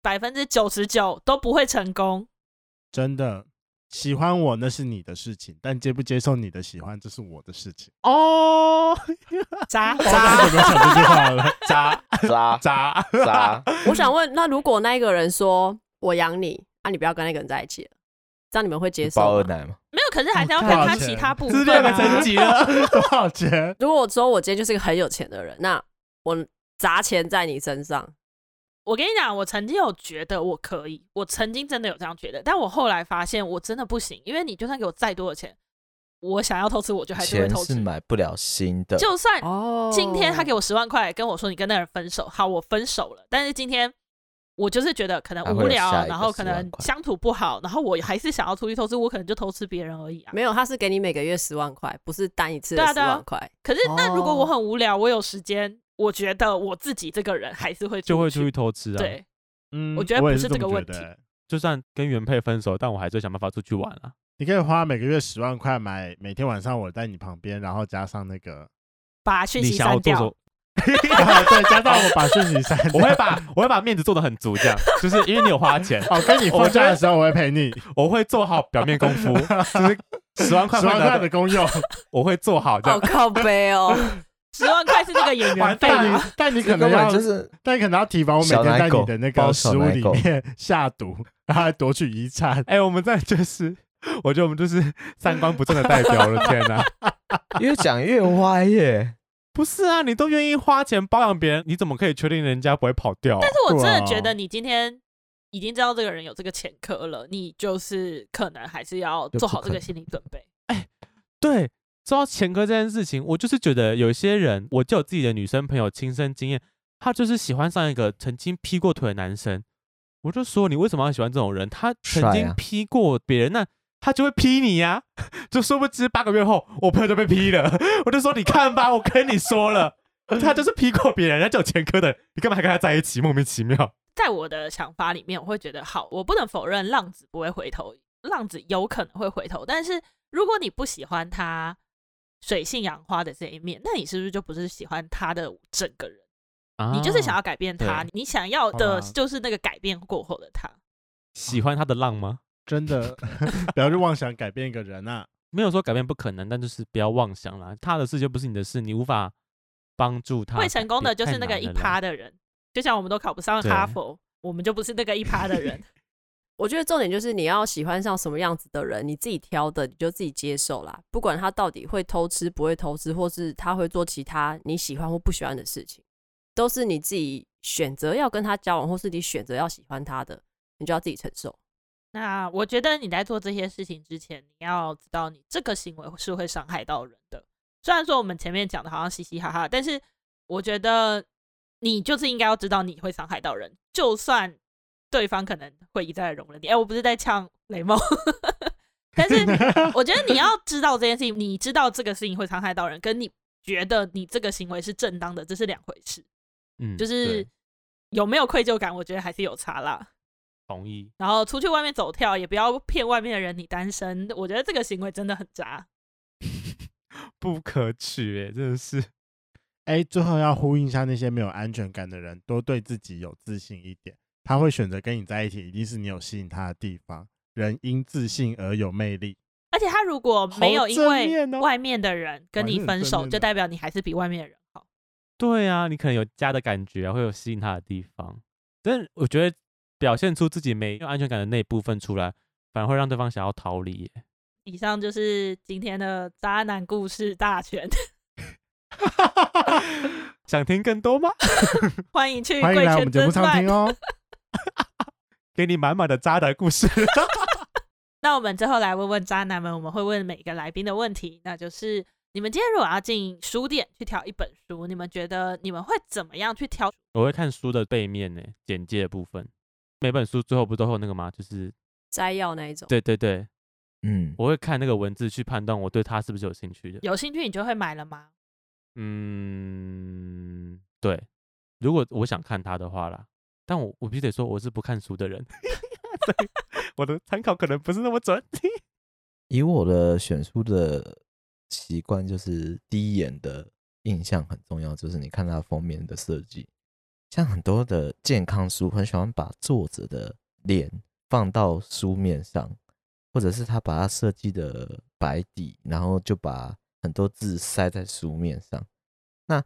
[SPEAKER 2] 百分之九十九都不会成功。
[SPEAKER 3] 真的喜欢我那是你的事情，但接不接受你的喜欢这是我的事情。
[SPEAKER 4] 哦，
[SPEAKER 2] 渣
[SPEAKER 3] 大家
[SPEAKER 2] 渣，
[SPEAKER 3] 有没有想这句话了？
[SPEAKER 4] 渣
[SPEAKER 5] 渣
[SPEAKER 4] 渣，
[SPEAKER 5] 渣，
[SPEAKER 1] 我想问，那如果那一个人说我养你啊，你不要跟那个人在一起了，这样你们会接
[SPEAKER 5] 包
[SPEAKER 1] 受
[SPEAKER 5] 二
[SPEAKER 1] 吗？
[SPEAKER 5] 奶嘛，
[SPEAKER 2] 没有，可是还是要看他其他部
[SPEAKER 4] 自
[SPEAKER 2] 分、
[SPEAKER 4] 恋的层
[SPEAKER 2] 啊。
[SPEAKER 4] 级了。
[SPEAKER 3] 多少钱？
[SPEAKER 1] 如果我说我今天就是一个很有钱的人，那我砸钱在你身上，
[SPEAKER 2] 我跟你讲，我曾经有觉得我可以，我曾经真的有这样觉得，但我后来发现我真的不行，因为你就算给我再多的钱，我想要偷吃我就还是会
[SPEAKER 5] 钱
[SPEAKER 2] 偷吃
[SPEAKER 5] 是。买不了新的，
[SPEAKER 2] 就算
[SPEAKER 1] 哦
[SPEAKER 2] 今天他给我十万块，跟我说你跟那人分手，好，我分手了。但是今天我就是觉得可能
[SPEAKER 5] 还会
[SPEAKER 2] 无
[SPEAKER 5] 有
[SPEAKER 2] 聊
[SPEAKER 5] 下一，个
[SPEAKER 2] 然后可
[SPEAKER 5] 10万
[SPEAKER 2] 能
[SPEAKER 5] 块
[SPEAKER 2] 相处不好，然后我还是想要出去偷吃，我可能就偷吃别人而已啊。
[SPEAKER 1] 没有，他是给你每个月十万块，不是单一次的
[SPEAKER 2] 对啊
[SPEAKER 1] 十
[SPEAKER 2] 对啊
[SPEAKER 1] 万块。
[SPEAKER 2] 可是那如果我
[SPEAKER 1] 哦
[SPEAKER 2] 很无聊，我有时间，我觉得我自己这个人还是会
[SPEAKER 4] 就会
[SPEAKER 2] 出
[SPEAKER 4] 出去偷吃啊！，
[SPEAKER 2] 对，
[SPEAKER 3] 嗯
[SPEAKER 2] 我觉得
[SPEAKER 3] 也
[SPEAKER 2] 不
[SPEAKER 3] 是
[SPEAKER 2] 是这
[SPEAKER 3] 么
[SPEAKER 2] 个问
[SPEAKER 3] 觉得
[SPEAKER 2] 题
[SPEAKER 3] 欸
[SPEAKER 4] 就算跟原配分手，但我还是会想办法出去玩啊。
[SPEAKER 3] 你可以花每个月十万块买，每天晚上我在你旁边，然后加上那 个，
[SPEAKER 2] 把讯
[SPEAKER 4] 你
[SPEAKER 2] 息
[SPEAKER 4] 想要
[SPEAKER 2] 删
[SPEAKER 4] 做什
[SPEAKER 2] 掉
[SPEAKER 4] 么。
[SPEAKER 3] 对，加上我把讯息删掉。
[SPEAKER 4] 我会把我会把面子做的很足，这样就是因为你有 花钱，
[SPEAKER 3] 哦，跟你放假的时候我会陪你，
[SPEAKER 4] 我会做好表面功夫，就是十万块
[SPEAKER 3] 十
[SPEAKER 4] 会
[SPEAKER 3] 万
[SPEAKER 4] 拿
[SPEAKER 3] 块
[SPEAKER 4] 的
[SPEAKER 3] 的，功用。
[SPEAKER 4] 我会做好这
[SPEAKER 1] 好
[SPEAKER 4] 样。
[SPEAKER 1] 靠背 哦，
[SPEAKER 2] 十万块是那个演 员费
[SPEAKER 3] 但
[SPEAKER 2] 啊
[SPEAKER 3] 你，但你可
[SPEAKER 5] 这
[SPEAKER 3] 能
[SPEAKER 5] 根
[SPEAKER 3] 要
[SPEAKER 5] 本就是
[SPEAKER 3] 但可能要提防我每天在你的那个食物里面下毒， 然后还夺取遗产。
[SPEAKER 4] 哎、我们这就是， 我觉得我们就是三观不正的 代表了。天哪，
[SPEAKER 5] 越讲越歪耶。
[SPEAKER 4] 不是啊，你都愿意花钱包养别人，你怎么可以确定人家不会跑掉啊、
[SPEAKER 2] 但是我真
[SPEAKER 3] 对啊
[SPEAKER 2] 的觉得你今天已经知道这个人有这个前科了，你就是可能还是要
[SPEAKER 5] 就
[SPEAKER 2] 做
[SPEAKER 5] 不
[SPEAKER 2] 好
[SPEAKER 5] 可
[SPEAKER 2] 这个
[SPEAKER 5] 能
[SPEAKER 2] 心理准备。
[SPEAKER 4] 对，说到前科这件事情，我就是觉得有些人，我就有自己的女生朋友亲身经验，她就是喜欢上一个曾经劈过腿的男生。我就说你为什么要喜欢这种人？他曾
[SPEAKER 5] 帅
[SPEAKER 4] 经
[SPEAKER 5] 啊
[SPEAKER 4] 劈过别人，那他就会劈你呀、 就殊不知八个月后，我朋友就被劈了。 我就说你看吧，我跟你说了，他就是劈过别人，他就有前科的，你干嘛还跟他在一起？莫名其妙。
[SPEAKER 2] 在我的想法里面，我会觉得好，我不能否认浪子不会回头，浪子有可能会回头，但是如果你不喜欢他水性杨花的这一面，那你是不是就不是喜欢他的整个人？你就是想
[SPEAKER 4] 啊
[SPEAKER 2] 要改变他
[SPEAKER 5] 对，
[SPEAKER 2] 你想要
[SPEAKER 3] 好
[SPEAKER 2] 的
[SPEAKER 3] 吧
[SPEAKER 2] 就是那个改变过后的他。
[SPEAKER 4] 喜欢他的浪吗？
[SPEAKER 3] 真 的，不要去妄想改变一个人啊！
[SPEAKER 4] 没有说改变不可能，但就是不要妄想啦。他的事就不是你的事，你无法帮助他。
[SPEAKER 2] 会成功的就是
[SPEAKER 4] 太
[SPEAKER 2] 那个
[SPEAKER 4] 难
[SPEAKER 2] 一
[SPEAKER 4] 了啦
[SPEAKER 2] 趴的人，就像我们都考不上哈佛，我们就不是那个一趴的人。
[SPEAKER 1] 我觉得重点就是你要喜欢上什么样子的人，你自己挑的，你就自己接受啦。不管他到底会偷吃不会偷吃，或是他会做其他你喜欢或不喜欢的事情，都是你自己选择要跟他交往，或是你选择要喜欢他的，你就要自己承受。
[SPEAKER 2] 那我觉得你在做这些事情之前，你要知道你这个行为是会伤害到人的。虽然说我们前面讲的好像嘻嘻哈哈，但是我觉得你就是应该要知道你会伤害到人，就算对方可能会一再地容忍你。哎、我不是在呛雷梦，但 是我觉得你要知道这件事情，你知道这个事情会伤害到人，跟你觉得你这个行为是正当的，这是两回事。
[SPEAKER 4] 嗯，
[SPEAKER 2] 就是
[SPEAKER 4] 对
[SPEAKER 2] 有没有愧疚感，我觉得还是有差啦。
[SPEAKER 4] 同意。
[SPEAKER 2] 然后出去外面走跳，也不要骗外面的人你单身。我觉得这个行为真的很渣。
[SPEAKER 4] 不可取、欸，真的是。
[SPEAKER 3] 哎，最后要呼应一下那些没有安全感的人，多对自己有自信一点。他会选择跟你在一起，一定是你有吸引他的地方。人因自信而有魅力。
[SPEAKER 2] 而且他如果没有
[SPEAKER 3] 好
[SPEAKER 2] 因
[SPEAKER 3] 正
[SPEAKER 2] 为
[SPEAKER 3] 面哦
[SPEAKER 2] 外面的人跟你分手，
[SPEAKER 3] 哇你很正面
[SPEAKER 2] 就
[SPEAKER 3] 的
[SPEAKER 2] 代表你还是比外面的人好。
[SPEAKER 4] 对啊，你可能有家的感觉啊，会有吸引他的地方。但是我觉得表现出自己没有安全感的那一部分出来，反而会让对方想要逃离、欸。
[SPEAKER 2] 以上就是今天的渣男故事大全，
[SPEAKER 4] 想听更多吗？
[SPEAKER 2] 欢迎去
[SPEAKER 3] 欢迎
[SPEAKER 2] 贵
[SPEAKER 3] 来我
[SPEAKER 2] 圈
[SPEAKER 3] 们节
[SPEAKER 2] 真
[SPEAKER 3] 目上
[SPEAKER 2] 乱
[SPEAKER 3] 听。哦。
[SPEAKER 4] 给你满满的渣男故事。
[SPEAKER 2] 那我们最后来问问渣男们，我们会问每个来宾的问题，那就是你们今天如果要进书店去挑一本书，你们觉得你们会怎么样去挑？
[SPEAKER 4] 我会看书的背面呢、简介的部分。每本书最后不都会有那个吗？就是
[SPEAKER 1] 摘要那一种，
[SPEAKER 4] 对对对，
[SPEAKER 5] 嗯，
[SPEAKER 4] 我会看那个文字去判断我对它是不是有兴趣的。
[SPEAKER 2] 有兴趣你就会买了吗？
[SPEAKER 4] 嗯，对，如果我想看它的话啦，但我我必须得说我是不看书的人， 所以我的参考可能不是那么准。
[SPEAKER 5] 以我的选书的习惯，就是第一眼的印象很重要，就是你看它封面的设计。像很多的健康书，很喜欢把作者的脸放到书面上，或者是他把它设计的白底，然后就把很多字塞在书面上。那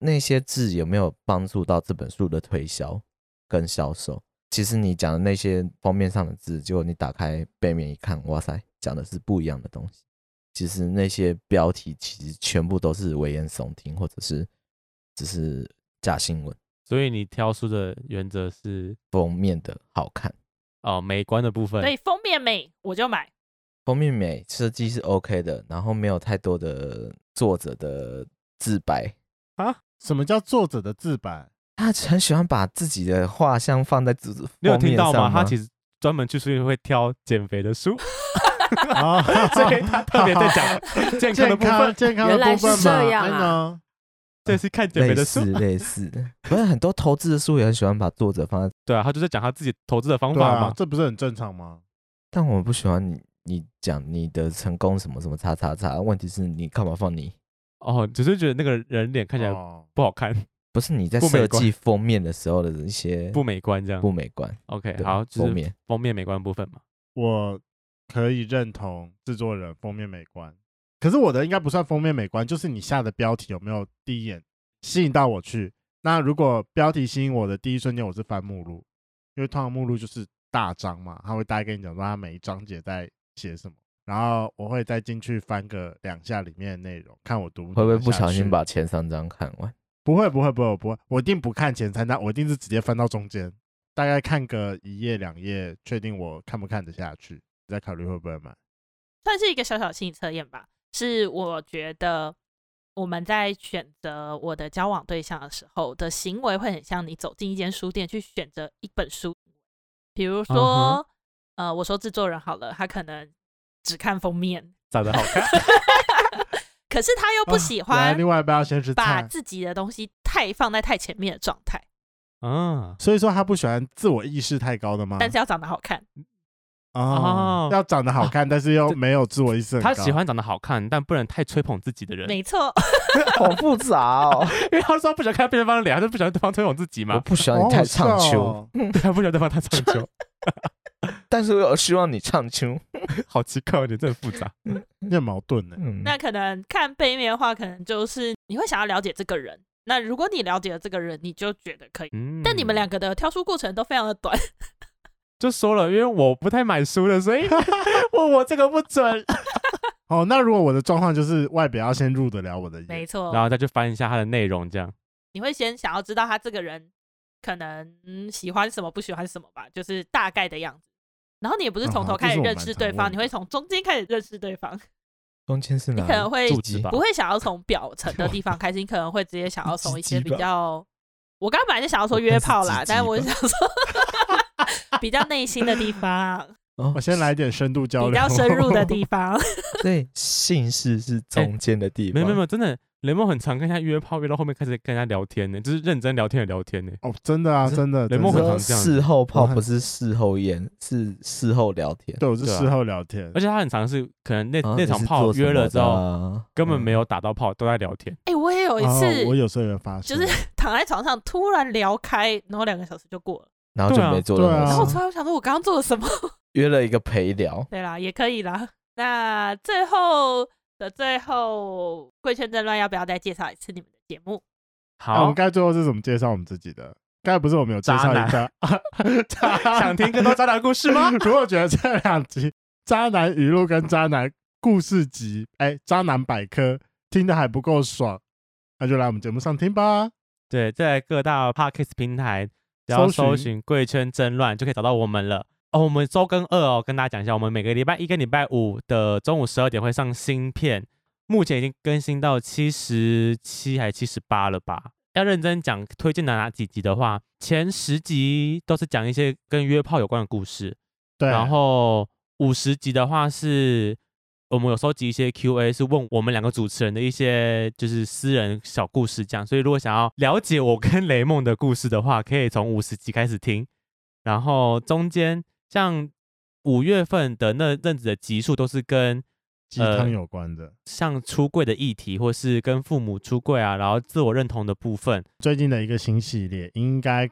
[SPEAKER 5] 那些字有没有帮助到这本书的推销跟销售？其实你讲的那些封面上的字，结果你打开背面一看，哇塞，讲的是不一样的东西。其实那些标题其实全部都是危言耸听，或者是只是假新闻。
[SPEAKER 4] 所以你挑书的原则是
[SPEAKER 5] 封面的好看，
[SPEAKER 4] 哦，美观的部分
[SPEAKER 2] 所。以封面美我就买。
[SPEAKER 5] 封面美，设计是 OK 的，然后没有太多的作者的自白。
[SPEAKER 3] 什么叫作者的自白？
[SPEAKER 5] 他很喜欢把自己的画像放在字
[SPEAKER 4] 你有听到
[SPEAKER 5] 吗？
[SPEAKER 4] 他其
[SPEAKER 5] 实
[SPEAKER 4] 实专门去书店会挑减肥的书，
[SPEAKER 3] 哦
[SPEAKER 4] 所以他特别在讲 健康
[SPEAKER 3] 健
[SPEAKER 4] 的部分
[SPEAKER 3] 康，健康的
[SPEAKER 1] 原来
[SPEAKER 3] 部分
[SPEAKER 1] 是
[SPEAKER 3] 嘛
[SPEAKER 1] 这样
[SPEAKER 3] 哎
[SPEAKER 1] 啊
[SPEAKER 3] 呢
[SPEAKER 4] 这是看减肥
[SPEAKER 5] 类
[SPEAKER 4] 的
[SPEAKER 5] 似
[SPEAKER 4] 书。
[SPEAKER 5] 类似，不是很多投资的书也很喜欢把作者放在，
[SPEAKER 4] 对啊，他就在讲他自己投资的方
[SPEAKER 3] 对
[SPEAKER 4] 法嘛
[SPEAKER 3] 啊，。这不是很正常吗？
[SPEAKER 5] 但我不喜欢你你讲你的成功什么什么叉叉叉，问题是你干嘛放你？
[SPEAKER 4] 哦，只是觉得那个人脸看起来
[SPEAKER 3] 哦
[SPEAKER 4] 不好看，
[SPEAKER 5] 不是你在
[SPEAKER 4] 不美
[SPEAKER 5] 设
[SPEAKER 4] 观
[SPEAKER 5] 计封面的时候的一些
[SPEAKER 4] 不美观这样
[SPEAKER 5] 不。美观，
[SPEAKER 4] OK，
[SPEAKER 5] 对
[SPEAKER 4] 好，就
[SPEAKER 5] 封
[SPEAKER 4] 是
[SPEAKER 5] 面。
[SPEAKER 4] 封面美观的部分嘛。
[SPEAKER 3] 我可以认同制作人封面美观，可是我的应该不算封面美观，就是你下的标题有没有第一眼吸引到我去。那如果标题吸引我的第一瞬间，我是翻目录，因为通常目录就是大章嘛，他会大概跟你讲说他每一章节在写什么，然后我会再进去翻个两下里面的内容，看我读不读
[SPEAKER 5] 会不会
[SPEAKER 3] 得
[SPEAKER 5] 不
[SPEAKER 3] 下
[SPEAKER 5] 小
[SPEAKER 3] 去
[SPEAKER 5] 心把前三章看完？
[SPEAKER 3] 不会，不会，不会，不会，我一定不看前三章，我一定是直接翻到中间，大概看个一页两页，确定我看不看得下去，再考虑会不会买。
[SPEAKER 2] 算是一个小小心理测验吧。是我觉得我们在选择我的交往对象的时候的行为，会很像你走进一间书店去选择一本书。比如说
[SPEAKER 4] 嗯
[SPEAKER 2] 呃，我说制作人好了，他可能只看封面，
[SPEAKER 4] 长得好看，
[SPEAKER 2] 可是他又不喜
[SPEAKER 3] 啊原来
[SPEAKER 2] 欢
[SPEAKER 3] 另外一半要先吃
[SPEAKER 2] 把
[SPEAKER 3] 菜，
[SPEAKER 2] 自己的东西太放在太前面的状态，
[SPEAKER 4] 嗯，
[SPEAKER 3] 所以说他不喜欢自我意识太高的吗？
[SPEAKER 2] 但是要长得好看。
[SPEAKER 3] 哦
[SPEAKER 4] 哦
[SPEAKER 3] 要长得好看，但是又
[SPEAKER 4] 这
[SPEAKER 3] 没有自我意识很
[SPEAKER 4] 他
[SPEAKER 3] 高。
[SPEAKER 4] 喜欢长得好看，但不能太吹捧自己的人，
[SPEAKER 2] 没错，
[SPEAKER 5] 好复杂哦！
[SPEAKER 4] 因为他说他不喜欢看对方的脸，他就不喜欢对方吹捧自己
[SPEAKER 5] 我
[SPEAKER 4] 嘛，
[SPEAKER 5] 不喜欢
[SPEAKER 3] 哦
[SPEAKER 5] 你太
[SPEAKER 3] 好笑
[SPEAKER 5] 唱秋，
[SPEAKER 3] 哦
[SPEAKER 4] 对，他不喜欢对方太唱秋，
[SPEAKER 5] 但是我希望你 唱秋。
[SPEAKER 4] 好奇怪，有点这很复杂。
[SPEAKER 3] 你很矛盾呢。
[SPEAKER 5] 嗯，
[SPEAKER 2] 那可能看背面的话，可能就是你会想要了解这个人。那如果你了解了这个人，你就觉得可以。
[SPEAKER 4] 嗯，
[SPEAKER 2] 但你们两个的挑书过程都非常的短，
[SPEAKER 4] 就说了，因为我不太买书的，所以问我这个 不准，
[SPEAKER 3] 哦，那如果我的状况就是外表要先入得了我的眼，
[SPEAKER 2] 没错
[SPEAKER 4] 然。后再去翻一下它的内容，这样
[SPEAKER 2] 你会先想要知道他这个人可能、嗯喜欢什么不喜欢什么吧，就是大概的样子。然后你也不是从
[SPEAKER 3] 嗯
[SPEAKER 2] 头
[SPEAKER 3] 好
[SPEAKER 2] 开
[SPEAKER 3] 这是
[SPEAKER 2] 始
[SPEAKER 3] 我
[SPEAKER 2] 认
[SPEAKER 3] 蛮
[SPEAKER 2] 识
[SPEAKER 3] 常
[SPEAKER 2] 对
[SPEAKER 3] 问
[SPEAKER 2] 方，
[SPEAKER 3] 的嗯
[SPEAKER 2] 你会从中间开始认识对方，
[SPEAKER 5] 中间是
[SPEAKER 2] 你
[SPEAKER 5] 哪里？
[SPEAKER 2] 可能会
[SPEAKER 4] 住址吧
[SPEAKER 2] 不会想要从表层的地方开始，你可能会直接想要从一些
[SPEAKER 3] 鸡
[SPEAKER 2] 比
[SPEAKER 3] 吧
[SPEAKER 2] 较……我刚刚本来就想要说
[SPEAKER 5] 我
[SPEAKER 2] 约
[SPEAKER 5] 看是
[SPEAKER 2] 炮
[SPEAKER 5] 鸡
[SPEAKER 2] 啦，
[SPEAKER 5] 鸡
[SPEAKER 2] 但我
[SPEAKER 5] 吧
[SPEAKER 2] 想说比较内心的地方，
[SPEAKER 5] 哦
[SPEAKER 3] 我先来点深度 交流，
[SPEAKER 2] 比较深入的地方。
[SPEAKER 5] 对，姓氏是中间的地方。
[SPEAKER 4] 哎没有没有没有，真的雷梦很常跟人家约炮，约到后面开始跟人家聊天呢，就是认真聊天的聊天呢。
[SPEAKER 3] 哦，真的啊，
[SPEAKER 4] 是
[SPEAKER 3] 真的，
[SPEAKER 4] 雷
[SPEAKER 3] 真
[SPEAKER 4] 梦
[SPEAKER 5] 我
[SPEAKER 4] 很
[SPEAKER 3] 的
[SPEAKER 5] 说
[SPEAKER 4] 常这样
[SPEAKER 5] 事后
[SPEAKER 3] 我
[SPEAKER 5] 泡
[SPEAKER 3] 很
[SPEAKER 5] 不是事后烟，是事后聊天。
[SPEAKER 3] 对，我是
[SPEAKER 4] 对啊
[SPEAKER 3] 事后聊天
[SPEAKER 4] 而，且他很常是可能那
[SPEAKER 5] 啊
[SPEAKER 4] 那
[SPEAKER 5] 你
[SPEAKER 4] 场
[SPEAKER 5] 是
[SPEAKER 4] 炮
[SPEAKER 5] 做什
[SPEAKER 4] 约了
[SPEAKER 5] 么
[SPEAKER 4] 之
[SPEAKER 5] 的
[SPEAKER 4] 后，
[SPEAKER 5] 啊
[SPEAKER 4] 根本
[SPEAKER 5] 嗯
[SPEAKER 4] 没有打到炮，都在聊天。
[SPEAKER 2] 哎、我也有一
[SPEAKER 3] 然后
[SPEAKER 2] 次
[SPEAKER 3] 哦我有时候也会发
[SPEAKER 2] 就
[SPEAKER 3] 现，
[SPEAKER 2] 是躺在床上突然聊开，然后两个小时就过了。
[SPEAKER 5] 然后就
[SPEAKER 4] 对啊
[SPEAKER 5] 没做
[SPEAKER 3] 对
[SPEAKER 5] 任
[SPEAKER 3] 啊
[SPEAKER 5] 何事
[SPEAKER 2] 然后我
[SPEAKER 5] 情
[SPEAKER 2] 突然想说，我刚刚做了什么？
[SPEAKER 5] 约了一个陪聊，
[SPEAKER 2] 对啦，也可以啦。那最后的最后，贵圈争乱要不要再介绍一次你们的节目？
[SPEAKER 3] 啊，我
[SPEAKER 4] 好
[SPEAKER 3] 们，该最后是怎么介绍我们自己的？刚才不是我们有介绍一 下？
[SPEAKER 4] 想听更多渣男故事吗？
[SPEAKER 3] 如果觉得这两集《渣男语录》跟《渣男故事集》哎，《渣男百科》听的还不够爽，那就来我们节目上听吧。
[SPEAKER 4] 对，在各大 podcast 平台，只要
[SPEAKER 3] 搜
[SPEAKER 4] 搜
[SPEAKER 3] 寻
[SPEAKER 4] 寻“贵圈争乱”就可以找到我们了。哦，我们周更二哦，跟大家讲一下，我们每个礼拜一跟礼拜五的中午十二点会上新片，目前已经更新到七十七还七十八了吧？要认真讲推荐的哪几集的话，前十集都是讲一些跟约炮有关的故事，
[SPEAKER 3] 对，
[SPEAKER 4] 然后五十集的话是，我们有收集一些 Q&A，是问我们两个主持人的一些就是私人小故事这样。所以如果想要了解我跟雷梦的故事的话，可以从五十集开始听。然后中间像五月份的那阵子的集数都是跟
[SPEAKER 3] 鸡
[SPEAKER 4] 呃
[SPEAKER 3] 汤有关的，
[SPEAKER 4] 像出柜的议题，或是跟父母出柜啊，然后自我认同的部分。
[SPEAKER 3] 最近的一个新系列应该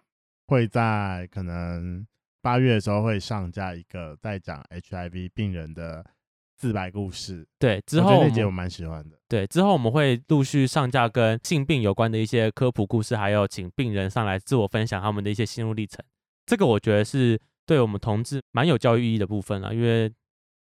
[SPEAKER 3] 会在可能八月的时候会上架一个在讲 HIV 病人的自白故事。
[SPEAKER 4] 对，之
[SPEAKER 3] 我
[SPEAKER 4] 后
[SPEAKER 3] 觉得
[SPEAKER 4] 我
[SPEAKER 3] 那节我
[SPEAKER 4] 们
[SPEAKER 3] 蛮喜欢的。
[SPEAKER 4] 对之后我们会陆续上架跟性病有关的一些科普故事，还有请病人上来自我分享他们的一些心路历程。这个我觉得是对我们同志蛮有教育意义的部分了，因为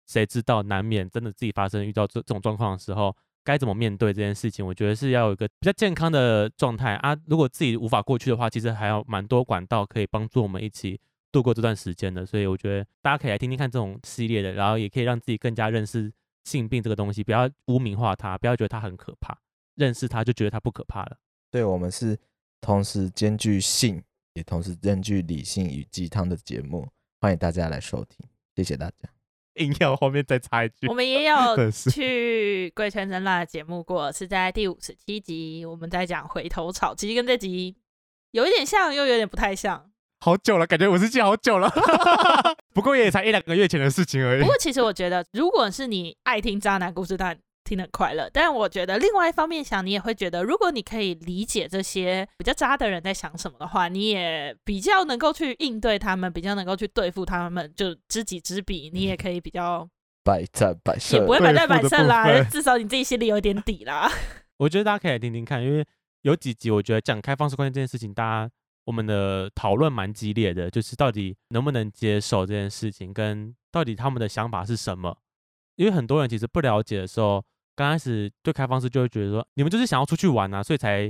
[SPEAKER 4] 谁知道难免真的自己发生遇到这这种状况的时候，该怎么面对这件事情？我觉得是要有一个比较健康的状态啊。如果自己无法过去的话，其实还有蛮多管道可以帮助我们一起度过这段时间的。所以我觉得大家可以来听听看这种系列的，然后也可以让自己更加认识性病这个东西，不要污名化它，不要觉得它很可怕，认识它就觉得它不可怕了。
[SPEAKER 5] 对我们是同时兼具性，也同时兼具理性与鸡汤的节目，欢迎大家来收听，谢谢大家。
[SPEAKER 4] 硬要后面再插一句
[SPEAKER 2] 我，们也有
[SPEAKER 4] 真是
[SPEAKER 2] 去贵圈争乱的节目过，是在第五十七集，我们在讲回头草，其实跟这集有一点像，又有点不太像。
[SPEAKER 4] 好久了，感觉我是记好久了， 不过也才一两个月前的事情而已
[SPEAKER 2] 不。过其实我觉得，如果是你爱听渣男故事，但听得很快乐。但我觉得另外一方面想，你也会觉得，如果你可以理解这些比较渣的人在想什么的话，你也比较能够去应对他们，比较能够去对付他们，就知己知彼，你也可以比较
[SPEAKER 5] 百战百胜，
[SPEAKER 2] 也不会百
[SPEAKER 3] 嗯对
[SPEAKER 2] 战
[SPEAKER 3] 付
[SPEAKER 2] 百
[SPEAKER 3] 的
[SPEAKER 2] 胜
[SPEAKER 3] 部
[SPEAKER 2] 啦
[SPEAKER 3] 分，
[SPEAKER 2] 至少你自己心里有点底啦。
[SPEAKER 4] 我觉得大家可以来听听看，因为有几集我觉得讲开放式关系这件事情，大家我们的讨论蛮激烈的，就是到底能不能接受这件事情，跟到底他们的想法是什么。因为很多人其实不了解的时候，刚开始对开放式就会觉得说，你们就是想要出去玩啊，所以才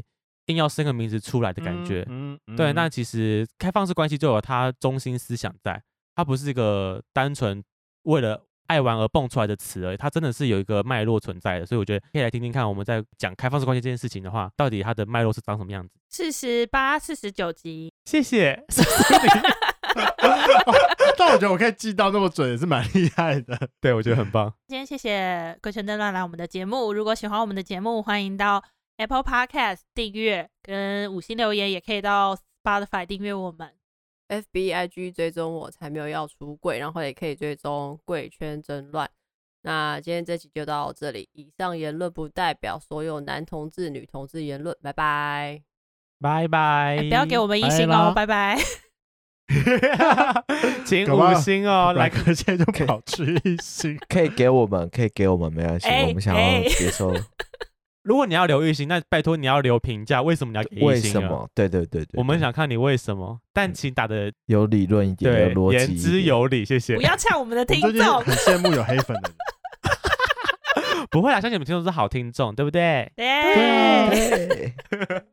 [SPEAKER 4] 硬要生个名字出来的感觉。
[SPEAKER 3] 嗯，嗯
[SPEAKER 4] 对，那其实开放式关系就有它中心思想在，它不是一个单纯为了爱玩而蹦出来的词而已，它真的是有一个脉络存在的。所以我觉得可以来听听看，我们在讲开放式关系这件事情的话，到底它的脉络是长什么样子。
[SPEAKER 2] 四十八、四十九集，
[SPEAKER 4] 谢谢。
[SPEAKER 3] 但我觉得我可以记到那么准，也是蛮厉害的。
[SPEAKER 4] 对，我觉得很棒。
[SPEAKER 2] 今天谢谢鬼神争乱来我们的节目。如果喜欢我们的节目，欢迎到 Apple Podcast 订阅跟五星留言，也可以到 Spotify 订阅我们。
[SPEAKER 1] FBIG 追踪我才没有要出柜，然后也可以追踪贵圈争乱。那今天这期就到这里，以上言论不代表所有男同志、女同志言论，拜拜。
[SPEAKER 4] 拜
[SPEAKER 2] 哎
[SPEAKER 4] 拜、
[SPEAKER 2] 不要给我们一星
[SPEAKER 3] 拜
[SPEAKER 2] 哦
[SPEAKER 3] 啦，
[SPEAKER 2] 拜拜。
[SPEAKER 4] 请
[SPEAKER 3] 搞不好
[SPEAKER 4] 五星哦，来
[SPEAKER 3] 来，可现在就跑去一星，
[SPEAKER 5] 可以给我们，可以给我们，没关系，
[SPEAKER 2] 哎
[SPEAKER 5] 我们想
[SPEAKER 2] 哎
[SPEAKER 5] 要接受
[SPEAKER 4] 如果你要留一星，那拜托你要留评价，为什么你要给一星、啊？
[SPEAKER 5] 为什？么？对对对对，
[SPEAKER 4] 我们
[SPEAKER 5] 对
[SPEAKER 4] 想看你为什么，但
[SPEAKER 5] 嗯
[SPEAKER 4] 请打的
[SPEAKER 5] 有理论一点，
[SPEAKER 4] 对
[SPEAKER 5] 有逻辑
[SPEAKER 4] 言
[SPEAKER 5] 一
[SPEAKER 4] 之
[SPEAKER 5] 点
[SPEAKER 4] 有理，谢谢
[SPEAKER 2] 不。要呛我们的
[SPEAKER 3] 我
[SPEAKER 2] 听
[SPEAKER 3] 最近
[SPEAKER 2] 众。
[SPEAKER 3] 很羡慕有黑粉的人。
[SPEAKER 2] 啊
[SPEAKER 4] 不会啦，相信你们听众是好听众，对不对？
[SPEAKER 2] 对
[SPEAKER 5] 对。